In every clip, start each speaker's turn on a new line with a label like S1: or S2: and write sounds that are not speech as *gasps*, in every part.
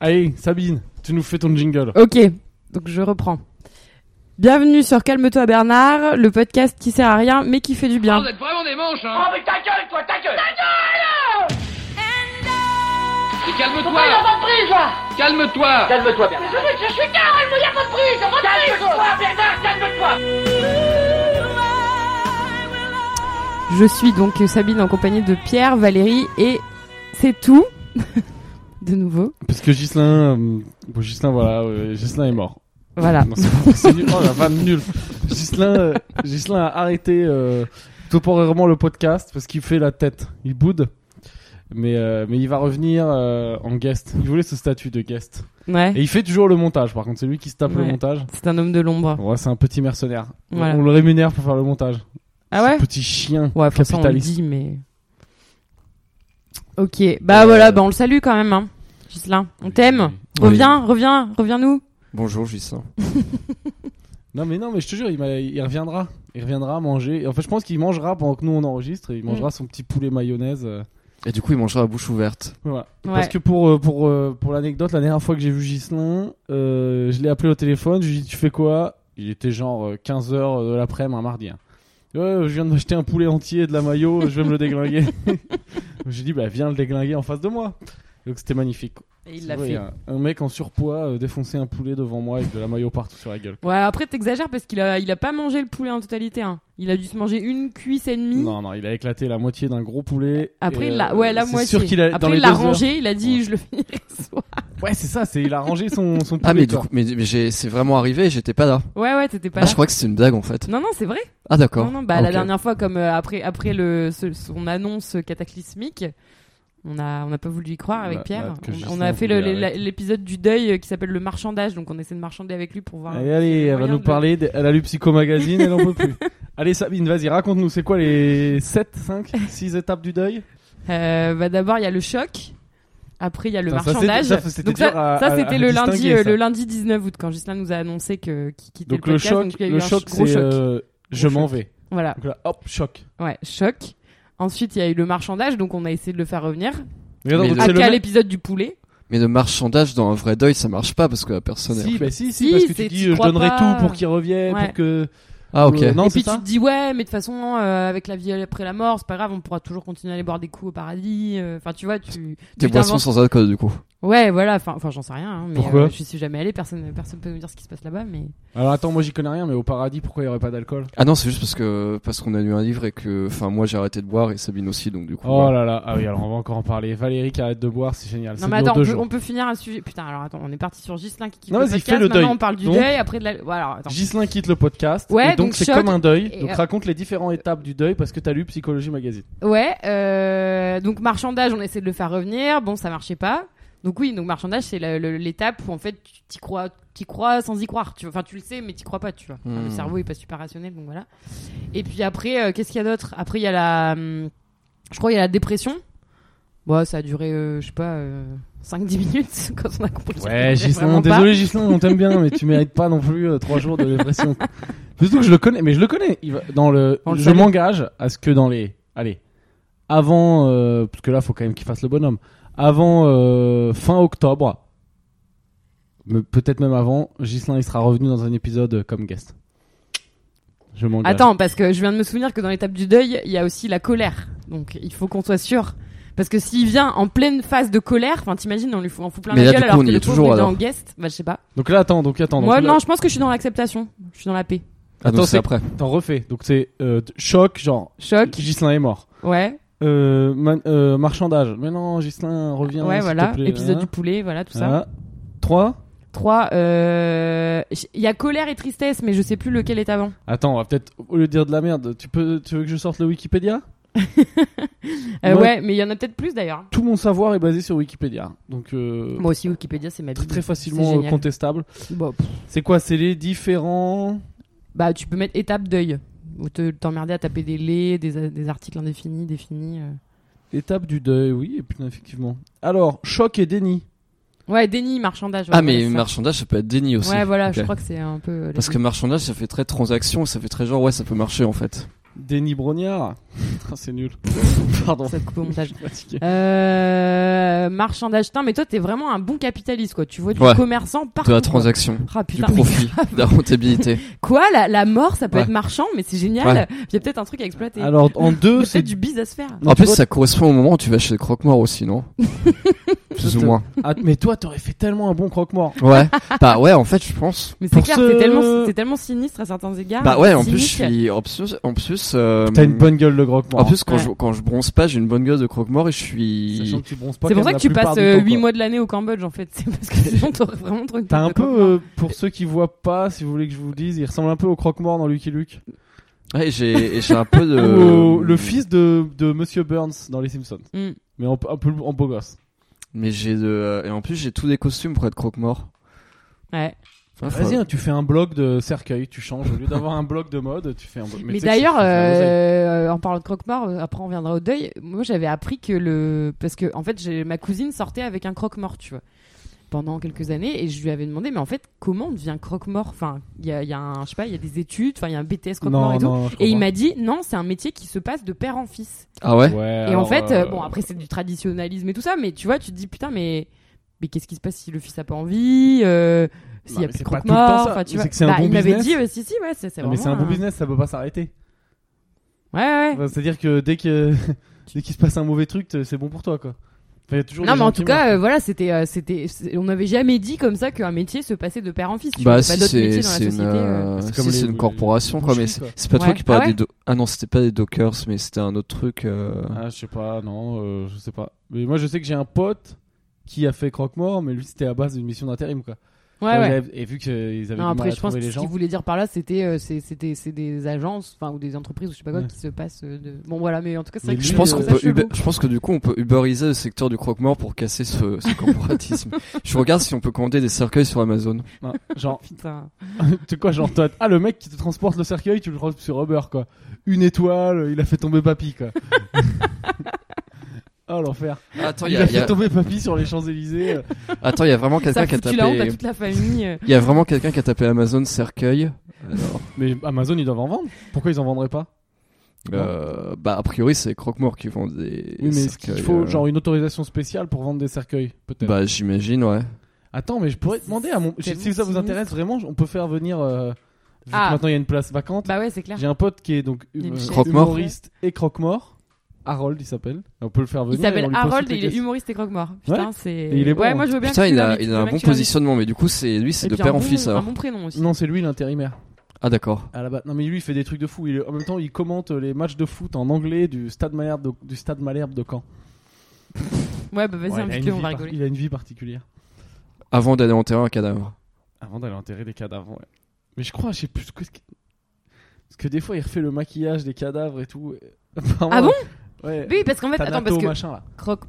S1: Allez, Sabine, tu nous fais ton jingle.
S2: Ok, donc je reprends. Bienvenue sur Calme-toi Bernard, le podcast qui sert à rien mais qui fait du bien.
S3: vous êtes vraiment des manches, hein
S4: Oh mais ta gueule toi, ta gueule
S3: Et
S4: Pourquoi il n'y a
S3: calme-toi
S4: pas de prise là
S3: Calme-toi
S4: Calme-toi Bernard Je, je suis calme, il n'y a pas de prise, il n'y a pas de prise Calme-toi Bernard, calme-toi
S2: Je suis donc Sabine en compagnie de Pierre, Valérie et c'est tout. *laughs* de nouveau.
S1: Parce que Gislin, euh, bon, Gislin, voilà, euh, Gislin est mort.
S2: Voilà.
S1: Non, c'est pas- c'est nul. Oh la vanne nulle. Gislin, euh, Gislin a arrêté euh, temporairement le podcast parce qu'il fait la tête. Il boude. Mais, euh, mais il va revenir euh, en guest. Il voulait ce statut de guest.
S2: Ouais.
S1: Et il fait toujours le montage, par contre. C'est lui qui se tape le
S2: Ouais.
S1: montage.
S2: C'est un homme de l'ombre.
S1: Ouais, c'est un petit mercenaire.
S2: Voilà.
S1: On le rémunère pour faire le montage.
S2: Ah ouais
S1: Ce Petit chien
S2: Ouais, enfin, ça on le
S1: capitaliste.
S2: dit mais. Ok,
S1: Euh,
S2: bah voilà, bah on le salue quand même, hein. Gislain, on t'aime.
S5: Oui.
S2: Reviens, reviens, reviens-nous.
S5: Bonjour Justin.
S1: Non mais non mais je te jure il, m'a- il reviendra il reviendra manger en fait je pense qu'il mangera pendant que nous on enregistre et il
S2: Mm.
S1: mangera son petit poulet mayonnaise euh,
S5: Et du coup, il mangera à bouche ouverte.
S1: voilà.
S2: Ouais.
S1: parce que pour euh, pour euh, pour l'anecdote la dernière fois que j'ai vu Gislin euh, je l'ai appelé au téléphone je lui ai dit tu fais quoi il était genre 15h de l'après-midi un mardi hein. Ouais, je viens de m'acheter un poulet entier et de la maillot je vais me le
S2: *laughs*
S1: déglinguer j'ai dit bah viens le déglinguer en face de moi donc c'était magnifique
S2: Et il l'a
S1: Ouais,
S2: fait.
S1: un, un mec en surpoids euh, défonçait un poulet devant moi avec de la maillot partout sur la gueule
S2: Ouais, après t'exagères parce qu'il a, il a pas mangé le poulet en totalité. Hein. Il a dû se manger une cuisse et demie.
S1: Non, non, il a éclaté la moitié d'un gros poulet.
S2: Mmh. Après,
S1: Et,
S2: il l'a,
S1: euh,
S2: ouais, la
S1: c'est
S2: moitié.
S1: sûr qu'il a, dans
S2: Après,
S1: les
S2: il l'a
S1: deux heures-
S2: rangé, il a dit,
S1: Ouais.
S2: je *laughs* le finirai ce soir.
S1: Ouais, c'est ça, c'est, il a rangé son,
S5: *laughs*
S1: son poulet.
S5: Ah, mais du
S1: quoi.
S5: coup, mais, mais j'ai- c'est vraiment arrivé, j'étais pas là.
S2: Ouais, ouais, t'étais pas
S5: Ah,
S2: là.
S5: je crois que c'est une blague en fait.
S2: Non, non, c'est vrai.
S5: Ah, d'accord.
S2: Non, non, bah, la
S5: Ok.
S2: dernière fois, comme euh, après, après le, ce- son annonce cataclysmique, on a, on a pas voulu y croire avec
S1: Bah,
S2: Pierre.
S1: bah, que
S2: On-
S1: Justin
S2: on, a fait le-
S1: voulait
S2: le- la-
S1: arrêter.
S2: l'épisode du deuil euh, qui s'appelle le marchandage, donc on essaie de marchander avec lui pour voir.
S1: Allez, allez, elle va
S2: moyen
S1: nous
S2: de-
S1: parler. de- Elle a lu Psycho Magazine, elle en peut
S2: *laughs*
S1: plus. Allez, Sabine, vas-y, raconte-nous, c'est quoi les 7, 5, 6 étapes du deuil
S2: Euh, bah, d'abord, il y a le choc. Après, il y a le
S1: Putain, ça,
S2: marchandage.
S1: c'était- ça, c'était
S2: donc,
S1: dur
S2: ça,
S1: à-
S2: ça,
S1: à-
S2: c'était
S1: à
S2: le lundi,
S1: distinguer,
S2: euh,
S1: ça.
S2: le lundi 19 août quand Gislain nous a annoncé que, qu'il quittait
S1: Donc
S2: le
S1: le,
S2: podcast.
S1: choc,
S2: donc il y a eu
S1: le
S2: un
S1: choc,
S2: gros
S1: c'est
S2: choc.
S1: euh, je
S2: Gros
S1: m'en
S2: choc.
S1: vais.
S2: Voilà.
S1: Donc là, hop, choc.
S2: Ouais, choc. Ensuite, il y a eu le marchandage, donc on a essayé de le faire revenir.
S1: Regarde,
S5: Mais
S1: donc
S5: le-
S1: c'est le
S2: Aka
S1: même-
S2: l'épisode du poulet.
S5: Mais le marchandage dans un vrai deuil, ça marche pas parce que la personne est.
S1: Si, bah si, si,
S2: Si,
S1: parce que tu
S2: c'est-
S1: dis,
S2: tu
S1: euh, je
S2: crois
S1: donnerai
S2: pas.
S1: tout pour qu'il revienne,
S2: Ouais.
S1: pour que.
S5: Ah, ok.
S1: Euh, non,
S2: et
S1: c'est
S2: puis
S1: ça
S2: tu te dis ouais, mais de toute façon, euh, avec la vie après la mort, c'est pas grave, on pourra toujours continuer à aller boire des coups au paradis. euh, Enfin, tu vois, tu.
S5: Des
S2: tu
S5: boissons
S2: t'inventes-
S5: sans alcool du coup.
S2: Ouais, voilà. Enfin, enfin, j'en sais rien. hein, mais
S1: Pourquoi Bah,
S2: euh, je suis jamais allé. Personne, personne peut me dire ce qui se passe là-bas. Mais
S1: Alors attends, moi j'y connais rien, mais au paradis, pourquoi il y aurait pas d'alcool
S5: Ah non, c'est juste parce que parce qu'on a lu un livre et que enfin moi j'ai arrêté de boire et Sabine aussi donc du coup.
S1: Oh
S5: voilà.
S1: là là, ah oui, alors on va encore en parler. Valérie qui arrête de boire, c'est génial.
S2: non,
S1: Ça
S2: mais
S1: dure
S2: attends,
S1: deux
S2: on peut,
S1: jours.
S2: on peut finir un sujet. Putain, alors attends, on est parti sur Gislin qui quitte
S1: Non,
S2: le
S1: vas-y,
S2: podcast.
S1: fais le
S2: Maintenant,
S1: deuil.
S2: on parle du
S1: Donc-
S2: deuil. Après de la. Voilà, attends.
S1: Gislin quitte le podcast.
S2: Ouais,
S1: et donc
S2: donc
S1: c'est
S2: choc.
S1: comme un deuil.
S2: Et,
S1: donc
S2: euh,
S1: raconte les différentes étapes du deuil parce que t'as lu Psychologie Magazine.
S2: Ouais, euh, donc marchandage, on essaie de le faire revenir. Bon, ça marchait pas. Donc oui, donc marchandage, c'est la- le- l'étape où en fait tu t'y crois, t'y crois sans y croire. Tu vois. Enfin, tu le sais, mais t'y crois pas, tu vois. Enfin, Le
S5: Hmm.
S2: cerveau est pas super rationnel, donc voilà. Et puis après, euh, qu'est-ce qu'il y a d'autre Après, il y a la, hum, je crois, il y a la dépression. Bon, ça a duré, euh, je sais pas, euh, 5-10 minutes *laughs* quand on a compris. que ça durait
S1: Ouais, Gislin,
S2: vraiment pas.
S1: désolé Gislin, on t'aime bien, mais tu mérites pas non plus euh, trois jours de
S2: *laughs*
S1: dépression. Surtout que je le connais, mais je le connais. Il va- dans le,
S2: On le
S1: je
S2: salue.
S1: m'engage à ce que dans les, allez, avant, euh, parce que là, faut quand même qu'il fasse le bonhomme. Avant euh, fin octobre, mais peut-être même avant, Gislin, il sera revenu dans un épisode euh, comme guest. Je m'engage.
S2: Attends, parce que je viens de me souvenir que dans l'étape du deuil, il y a aussi la colère. Donc il faut qu'on soit sûr. Parce que s'il vient en pleine phase de colère, enfin t'imagines, on lui fout, on fout plein
S5: Mais
S2: la
S5: là,
S2: gueule
S5: du coup,
S2: alors
S5: on
S2: que
S5: y
S2: le
S5: est toujours,
S2: pauvre il est en
S5: alors.
S2: guest. Bah je sais pas.
S1: Donc là, attends, donc attends. donc
S2: Moi
S1: là-
S2: non, je pense que je suis dans l'acceptation. Je suis dans la paix.
S5: Ah, donc
S1: Attends,
S5: c'est
S1: c'est-
S5: après.
S1: T'en refais. Donc c'est euh, t- choc, genre
S2: Choc.
S1: Gislin est mort.
S2: Ouais.
S1: Euh, man- euh, marchandage. Mais non, Gislin, reviens.
S2: ouais
S1: s'il
S2: voilà.
S1: te plaît.
S2: Épisode
S1: Hein
S2: du poulet, voilà tout ça.
S1: Hein Trois.
S2: Trois. euh, j- Il y a colère et tristesse, mais je sais plus lequel est avant.
S1: Attends, on va peut-être au lieu de dire de la merde, tu peux, tu veux que je sorte le Wikipédia
S2: Euh,
S1: Moi-
S2: ouais, mais il y en a peut-être plus d'ailleurs.
S1: Tout mon savoir est basé sur Wikipédia, donc euh,
S2: Moi aussi Wikipédia c'est ma
S1: très
S2: Bible.
S1: très
S2: C'est
S1: facilement euh,
S2: génial.
S1: contestable.
S2: Bon, pff.
S1: C'est quoi C'est les différents.
S2: Bah, tu peux mettre étape deuil. Ou te- t'emmerder à taper des laits, des, des articles indéfinis, définis. euh.
S1: Étape du deuil, oui, et puis effectivement. Alors, choc et déni.
S2: Ouais, déni, marchandage. ouais,
S5: Ah
S2: voilà,
S5: mais
S2: c'est ça.
S5: marchandage ça peut être déni aussi.
S2: Ouais, voilà,
S5: Ok.
S2: je crois que c'est un peu. euh, les
S5: Parce que
S2: deux.
S5: marchandage ça fait très transaction, ça fait très genre ouais ça peut marcher en fait.
S1: Denis Brognard. *laughs* Ah, c'est nul. Pardon.
S2: Ça te coupe au
S5: *laughs*
S2: montage.
S1: Je suis fatigué.
S2: Euh, marchandage. Putain, mais toi, t'es vraiment un bon capitaliste, quoi. Tu vois du
S5: Ouais.
S2: commerçant
S5: de
S2: partout.
S5: la
S2: quoi.
S5: transaction,
S2: Ah,
S5: du
S2: putain, mais
S5: profit, de la rentabilité.
S2: *laughs* quoi la, la mort, ça peut
S5: Ouais.
S2: être marchand, mais c'est génial.
S5: Ouais.
S2: Il y a peut-être un truc à exploiter.
S1: Alors, en
S2: Il y
S1: deux,
S2: a
S1: c'est
S2: peut-être du biz à se faire.
S1: Non,
S5: en
S1: tu
S5: plus,
S1: vois,
S5: ça correspond au moment où tu vas chez le croque-mort aussi,
S1: *laughs*
S5: non Plus ou moins.
S1: Ah, mais toi, t'aurais fait tellement un bon croque-mort.
S5: Ouais. *laughs* Bah ouais, en fait, je pense.
S2: Mais c'est
S1: Pour
S2: clair,
S1: ce-
S2: t'es tellement, t'es tellement sinistre à certains égards.
S5: Bah ouais, en plus, je
S2: cynique.
S5: suis. En plus, en plus, euh,
S1: T'as une bonne gueule de croque-mort.
S5: En plus, quand,
S2: Ouais.
S5: je, quand je bronze pas, j'ai une bonne gueule de croque-mort et je suis.
S1: Sachant que tu bronzes pas
S2: C'est pour
S1: comme
S2: ça
S1: la
S2: que tu
S1: plupart
S2: passes
S1: du
S2: euh,
S1: temps,
S2: huit
S1: quoi.
S2: mois de l'année au Cambodge, en fait. *laughs* C'est parce que sinon, t'aurais vraiment trop une
S1: T'as
S2: tête
S1: un
S2: de croque-mort.
S1: peu, euh, pour ceux qui voient pas, si vous voulez que je vous le dise, il ressemble un peu au croque-mort dans Lucky Luke.
S5: Ouais, j'ai et j'ai un peu de.
S1: *laughs* Ou au- le fils de, de Monsieur Burns dans Les Simpsons.
S2: Mm.
S1: Mais en, un peu en beau gosse.
S5: Mais j'ai de. Et en plus, j'ai tous des costumes pour être croque-mort.
S2: Ouais.
S5: Ouais, faut-
S1: Vas-y, hein, tu fais un bloc de cercueil, tu changes. Au lieu d'avoir un bloc de mode, tu fais un bloc.
S2: Mais,
S1: tu sais que
S2: d'ailleurs,
S1: c'est- c'est un oseille.
S2: euh, en parlant de croque-mort, euh, après on viendra au deuil. Moi, j'avais appris que le, parce que en fait, j'ai- ma cousine sortait avec un croque-mort, tu vois, pendant quelques années, et je lui avais demandé, mais en fait, comment on devient croque-mort Enfin, il y a, il y a un, je sais pas, il y a des études, enfin, il y a un BTS croque-mort et tout.
S1: non, je
S2: Et il
S1: comprends.
S2: m'a dit, non, c'est un métier qui se passe de père en fils.
S5: Ah ouais
S1: Ouais,
S2: et en
S1: alors,
S2: fait, euh,
S1: euh,
S2: bon, après, c'est du traditionnalisme et tout ça, mais tu vois, tu te dis, putain, mais, mais qu'est-ce qui se passe si le fils a pas envie euh, S'il
S1: Non,
S2: y a
S1: mais
S2: plus de
S1: c'est pas tout le temps
S2: croque-mort,
S1: ça.
S2: enfin, tu
S1: C'est
S2: vois.
S1: que c'est un
S2: Bah,
S1: bon
S2: il m'avait
S1: business.
S2: dit, euh, si, si, ouais, c'est c'est
S1: non, mais c'est un
S2: vraiment
S1: bon business, ça peut pas s'arrêter.
S2: Ouais, ouais.
S1: Enfin, C'est-à-dire que dès que *laughs* dès qu'il se passe un mauvais truc, t- c'est bon pour toi, quoi. Enfin, y a toujours
S2: Non,
S1: des
S2: mais
S1: gens
S2: en
S1: qui
S2: tout cas,
S1: meurent.
S2: euh, voilà, c'était, euh, c'était, c'est- on n'avait jamais dit comme ça qu'un métier se passait de père en fils. tu vois, il y
S5: Bah
S2: a
S5: si,
S2: pas d'autres métiers
S5: c'est
S2: dans la
S5: c'est une.
S2: société. euh.
S5: euh,
S1: C'est
S5: si,
S1: comme
S5: c'est
S1: les-
S5: une corporation, quoi.
S1: les
S5: Mais
S1: boucheries,
S5: c'est
S1: quoi.
S5: c'est pas toi
S2: Ouais.
S5: qui parlais
S2: Ah ouais
S5: des. do- Ah non, c'était pas des dockers, mais c'était un autre truc. euh,
S1: Ah, je sais pas, non, euh, je sais pas. Mais moi, je sais que j'ai un pote qui a fait croque-mort, mais lui, c'était à base d'une mission d'intérim, quoi.
S2: Ouais,
S1: Genre,
S2: ouais.
S1: il avait- Et vu qu'ils avaient du
S2: Non,
S1: mal
S2: après,
S1: à
S2: je pense
S1: trouver
S2: que
S1: les
S2: ce
S1: gens.
S2: qu'il voulait dire par là, c'était, euh, c'est, c'était, c'est des agences, enfin, ou des entreprises, ou je sais pas quoi,
S1: Ouais.
S2: qui se passent euh, de. Bon, voilà, mais en tout cas, c'est
S1: Mais
S2: vrai que
S5: Je
S1: lui,
S5: pense,
S1: euh,
S5: qu'on
S1: ça,
S5: peut
S2: chelou.
S5: Uber- je pense que du coup on peut uberiser le secteur du croque-mort pour casser ce,
S2: *laughs*
S5: ce corporatisme. je regarde si on peut commander des cercueils sur Amazon.
S1: Non, genre, *laughs*
S2: Putain.
S1: tu quoi, genre, t'as- ah, le mec qui te transporte le cercueil, tu le rends sur Uber, quoi. Une étoile, il a fait tomber papy, quoi. *laughs* oh, l'enfer.
S5: Ah, Attends, il
S1: Il,
S5: y
S1: a,
S5: a, il y
S1: fait
S5: a-
S1: tomber papy sur les *laughs* Champs-Élysées. euh.
S5: attends, il y a vraiment
S2: Ça
S5: quelqu'un
S2: a
S5: qui a
S2: foutu la honte à
S5: tapé.
S2: toute la famille.
S5: Il y a vraiment quelqu'un qui a tapé Amazon cercueil. Alors,
S1: mais Amazon, ils doivent en vendre. Pourquoi ils en vendraient pas
S5: euh, bah a priori c'est les croque-morts qui vendent des
S1: Oui, mais est-ce
S5: cercueils.
S1: qu'il faut
S5: euh,
S1: genre une autorisation spéciale pour vendre des cercueils, peut-être.
S5: Bah j'imagine ouais.
S1: Attends, mais je pourrais demander à mon.
S2: C'est
S1: Si ça vous
S2: sinistre.
S1: intéresse vraiment, on peut faire venir. euh, vu que
S2: Ah.
S1: maintenant il y a une place vacante.
S2: Bah ouais, c'est clair.
S1: J'ai un pote qui est donc
S2: Il est
S1: hum-
S2: chez-
S5: Croque-mort.
S1: humoriste et croque-mort. Harold, il s'appelle. On peut le faire venir.
S2: Il
S1: et on
S2: s'appelle
S1: lui pose
S2: Harold
S1: toutes
S2: et
S1: les
S2: il est
S1: questions.
S2: humoriste et croque-mort. Putain, c'est.
S1: Et il est bon,
S2: Ouais,
S1: hein.
S2: moi, je veux bien.
S5: Putain
S2: que tu
S5: il a,
S2: l'invites,
S5: il
S2: je
S5: a
S2: veux
S5: un
S2: bien
S5: bon
S2: que tu l'invites.
S5: positionnement mais du coup c'est lui c'est
S2: Et
S5: de
S2: puis
S5: père
S2: un
S5: en
S2: Eh bon-
S5: fils
S2: Un
S5: alors.
S2: bon prénom aussi.
S1: Non, c'est lui l'intérimaire.
S5: Ah d'accord.
S1: À la base. Non, mais lui il fait des trucs de fou. Il est- En même temps, il commente euh, les matchs de foot en anglais du stade Malherbe de, du stade Malherbe de Caen.
S2: Ouais, bah vas-y,
S1: Ouais, il, a une
S2: invite-le, on
S1: vie
S2: va
S1: par-
S2: rigoler.
S1: il a une vie particulière.
S5: Avant d'aller enterrer un cadavre.
S1: Avant d'aller enterrer des cadavres, ouais. Mais je crois, je sais plus ce que. Parce que des fois, il refait le maquillage des cadavres et tout. *laughs*
S2: Ah bon
S1: Ouais.
S2: Oui, parce qu'en fait, attends,
S1: Thanato,
S2: parce que.
S1: machin là.
S2: Croque.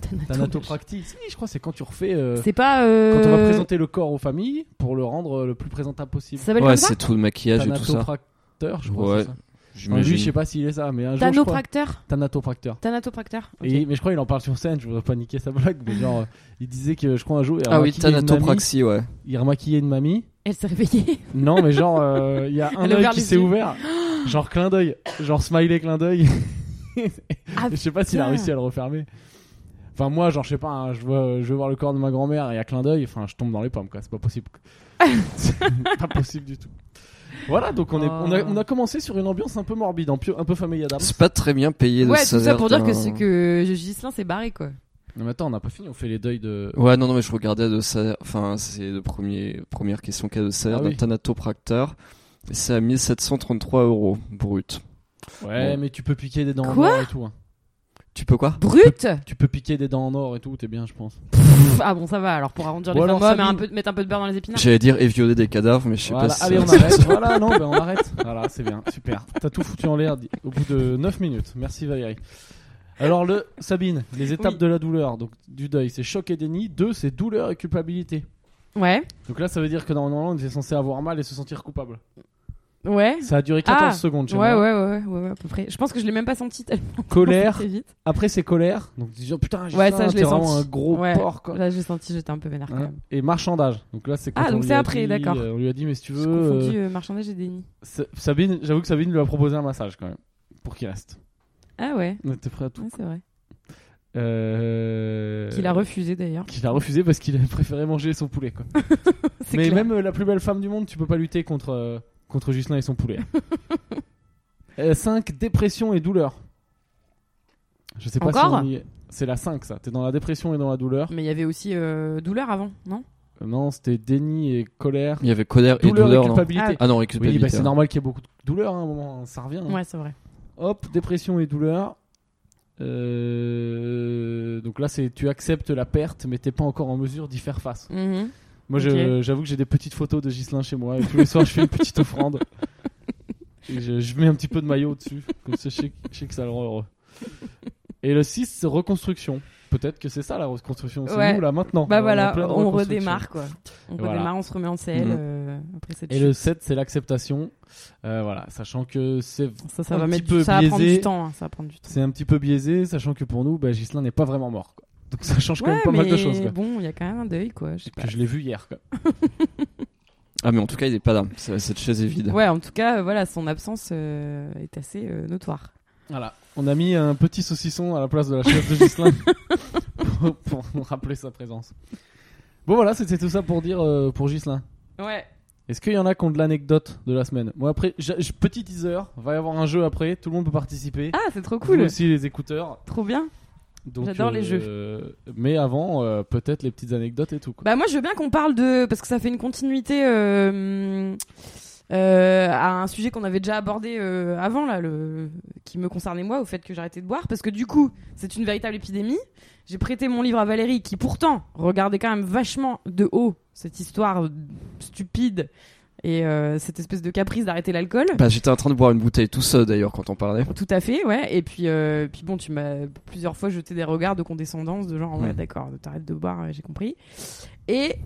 S2: Thanato.
S1: Thanatopractie. Si, je crois que c'est quand tu refais. euh,
S2: C'est pas.
S1: Quand
S2: euh,
S1: on va présenter le corps aux familles pour le rendre euh, le plus présentable possible.
S2: Ça s'appelle
S5: Ouais
S2: comme ça
S5: c'est tout le maquillage et tout ça.
S1: Thanatopracteur, je crois.
S5: Ouais,
S1: c'est ça. Enfin, lui, je sais
S5: J'imagine.
S1: pas s'il est ça, mais un jour. je crois-
S2: Thanopracteur
S1: Thanatopracteur.
S2: Thanatopracteur ok.
S1: Et- mais je crois qu'il en parle sur scène, je voudrais pas niquer sa blague, mais genre, euh, il disait que je crois un jour, il
S5: Ah oui
S1: remaquillait une mamie-
S5: Thanatopraxie ouais.
S1: il remaquillait une mamie,
S2: Elle s'est réveillée.
S1: Non, mais genre, euh, il y a un
S2: Elle a
S1: œil
S2: ouvert
S1: qui
S2: les
S1: s'est
S2: yeux.
S1: ouvert. Genre clin d'œil. Genre smiley clin d'œil.
S2: Ah,
S1: *laughs* je sais pas s'il a
S2: putain.
S1: réussi à le refermer. Enfin, moi, genre, je sais pas, hein, je, vois, je vais voir le corps de ma grand-mère et il y a clin d'œil. Enfin, je tombe dans les pommes, quoi. C'est pas
S2: *laughs*
S1: possible. C'est pas possible du tout. Voilà, donc on, est, on,
S2: Oh.
S1: a, on a commencé sur une ambiance un peu morbide, un peu, un peu familier d'âme.
S5: C'est pas très bien payé le
S2: Ouais, tout ça
S5: salaire
S2: pour dire que
S5: d'un-
S2: c'est que Gislain s'est barré quoi.
S1: Non, mais attends, on n'a pas fini, on fait les deuils de.
S5: Ouais, non, non, mais je regardais de ça. Enfin, c'est la premier, première question qu'il y a de salaire
S1: Ah
S5: d'un
S1: oui.
S5: thanatopracteur. Et C'est à 1733 euros brut.
S1: Ouais,
S5: Ouais.
S1: mais tu peux piquer des dents en
S2: Quoi
S1: or et tout. hein.
S5: Tu peux quoi
S2: Brut
S1: Tu peux piquer des dents en or et tout, t'es bien, je pense.
S2: Pff, Ah bon, ça va alors pour arrondir
S1: Bon,
S2: les
S1: alors,
S2: femmes, mais un
S1: Sabine.
S2: peu, mettre un peu de beurre dans les épinards.
S5: J'allais dire évioler des cadavres, mais je sais
S1: Voilà,
S5: pas si.
S1: allez,
S5: ça-
S1: on arrête. voilà, non, ben on arrête. Voilà, c'est bien, super. T'as tout foutu en l'air di- au bout de 9 minutes. Merci Valérie. Alors, le, Sabine, les étapes
S2: Oui.
S1: de la douleur, donc du deuil, c'est choc et déni. Deux, c'est douleur et culpabilité.
S2: Ouais.
S1: Donc là, ça veut dire que normalement, on est censé avoir mal et se sentir coupable.
S2: Ouais.
S1: Ça a duré 14
S2: Ah,
S1: secondes, chez
S2: Ouais, ouais,
S1: moi.
S2: ouais, ouais, ouais, à peu près. Je pense que je l'ai même pas senti tellement.
S1: Colère.
S2: c'est vite.
S1: Après, c'est colère. Donc, tu dis, oh, putain,
S2: Ouais, ça,
S1: Justin,
S2: je l'ai
S1: t'es vraiment
S2: senti.
S1: un gros
S2: Ouais.
S1: porc, quoi.
S2: Là, j'ai senti, j'étais un peu vénère quand
S1: Hein.
S2: même.
S1: Et marchandage. Donc là, c'est quand
S2: Ah,
S1: on
S2: donc
S1: lui
S2: c'est
S1: a
S2: après,
S1: dit,
S2: d'accord.
S1: euh, on lui a dit, mais si tu
S2: J'ai
S1: veux.
S2: confondu
S1: euh,
S2: euh, marchandage et déni.
S1: Sa- Sabine, j'avoue que Sabine lui a proposé un massage quand même. Pour qu'il reste.
S2: Ah ouais,
S1: On était prêt à tout.
S2: ouais c'est vrai.
S1: Euh,
S2: Qu'il a refusé d'ailleurs. *laughs*
S1: Qu'il a refusé parce qu'il a *laughs* préféré manger son poulet, quoi.
S2: C'est
S1: Mais
S2: clair.
S1: même euh, la plus belle femme du monde, tu peux pas lutter contre, euh, contre Justin et son poulet.
S2: *laughs*
S1: 5. Dépression et douleur. Je sais pas
S2: Encore Mm.
S1: si on y est. C'est la 5, ça. T'es dans la dépression et dans la douleur.
S2: Mais il y avait aussi euh, douleur avant, non
S1: Euh, Non, c'était déni et colère.
S5: *laughs* Il y avait colère et
S1: Douleur et,
S5: douleur. non
S1: culpabilité.
S5: Ah non, et
S1: Oui,
S5: culpabilité.
S1: bah, c'est
S5: ouais.
S1: normal qu'il y ait beaucoup de douleur hein, à un moment, ça revient. hein.
S2: Ouais, c'est vrai.
S1: Hop, dépression et douleur. Euh, Donc là, c'est tu acceptes la perte, mais t'es pas encore en mesure d'y faire face.
S2: Mhm.
S1: Moi, je-
S2: Ok.
S1: j'avoue que j'ai des petites photos de Ghislain chez moi, et tous les soirs, je fais une petite
S2: *laughs*
S1: offrande. Et je, je mets un petit peu de maillot dessus, comme ça, je sais, que- je sais que ça le rend heureux. Et le 6, c'est reconstruction. Peut-être que c'est ça la reconstruction, c'est
S2: Ouais.
S1: nous là maintenant.
S2: Bah
S1: On est en
S2: voilà,
S1: pleine
S2: on
S1: reconstruction.
S2: redémarre quoi. On
S1: Voilà. Mm.
S2: redémarre, on se remet en selle.
S5: Mhm.
S2: euh, après cette
S1: Et le 7, c'est l'acceptation. Euh, voilà, sachant que c'est
S2: chute. ça, ça
S1: un
S2: va
S1: petit
S2: mettre
S1: peu
S2: du... ça va prendre du
S1: biaisé.
S2: temps. hein, ça va prendre du temps.
S1: c'est un petit peu biaisé, sachant que pour nous, bah, Ghislain n'est pas vraiment mort. quoi. Donc ça change quand
S2: ouais,
S1: même pas
S2: mais
S1: mal de choses. quoi.
S2: bon, il y a quand même un deuil quoi. Je sais
S1: Puis
S2: pas.
S1: je l'ai vu hier. Quoi.
S5: Ah, mais en tout cas, il est pas là. Ça- Cette chaise est vide.
S2: Ouais, en tout cas, euh, voilà, son absence euh, est assez euh, notoire.
S1: Voilà. On a mis un petit saucisson à la place de la chaise de
S2: *laughs*
S1: Ghislain pour, pour nous rappeler sa présence. Bon voilà, c'était tout ça pour dire euh, pour Ghislain.
S2: Ouais.
S1: Est-ce qu'il y en a qui ont de l'anecdote de la semaine Moi après, j'a- j- petit teaser, va y avoir un jeu après, tout le monde peut participer.
S2: Ah, c'est trop
S1: Vous
S2: cool.
S1: aussi les écouteurs.
S2: Trop bien.
S1: Donc,
S2: J'adore les
S1: jeux. Mais avant, euh, peut-être les petites anecdotes et tout. quoi.
S2: Bah moi, je veux bien qu'on parle de parce que ça fait une continuité euh, euh, à un sujet qu'on avait déjà abordé euh, avant là, le qui me concernait moi, au fait que j'arrêtais de boire, parce que du coup, c'est une véritable épidémie. J'ai prêté mon livre à Valérie, qui pourtant regardait quand même vachement de haut cette histoire euh, stupide et euh, cette espèce de caprice d'arrêter l'alcool.
S5: Bah, j'étais en train de boire une bouteille tout seul d'ailleurs quand on parlait.
S2: Tout à fait, ouais. Et puis, euh, puis bon, tu m'as plusieurs fois jeté des regards de condescendance, de genre, ouais,
S5: Mm.
S2: d'accord, t'arrêtes de boire, ouais, j'ai compris. Et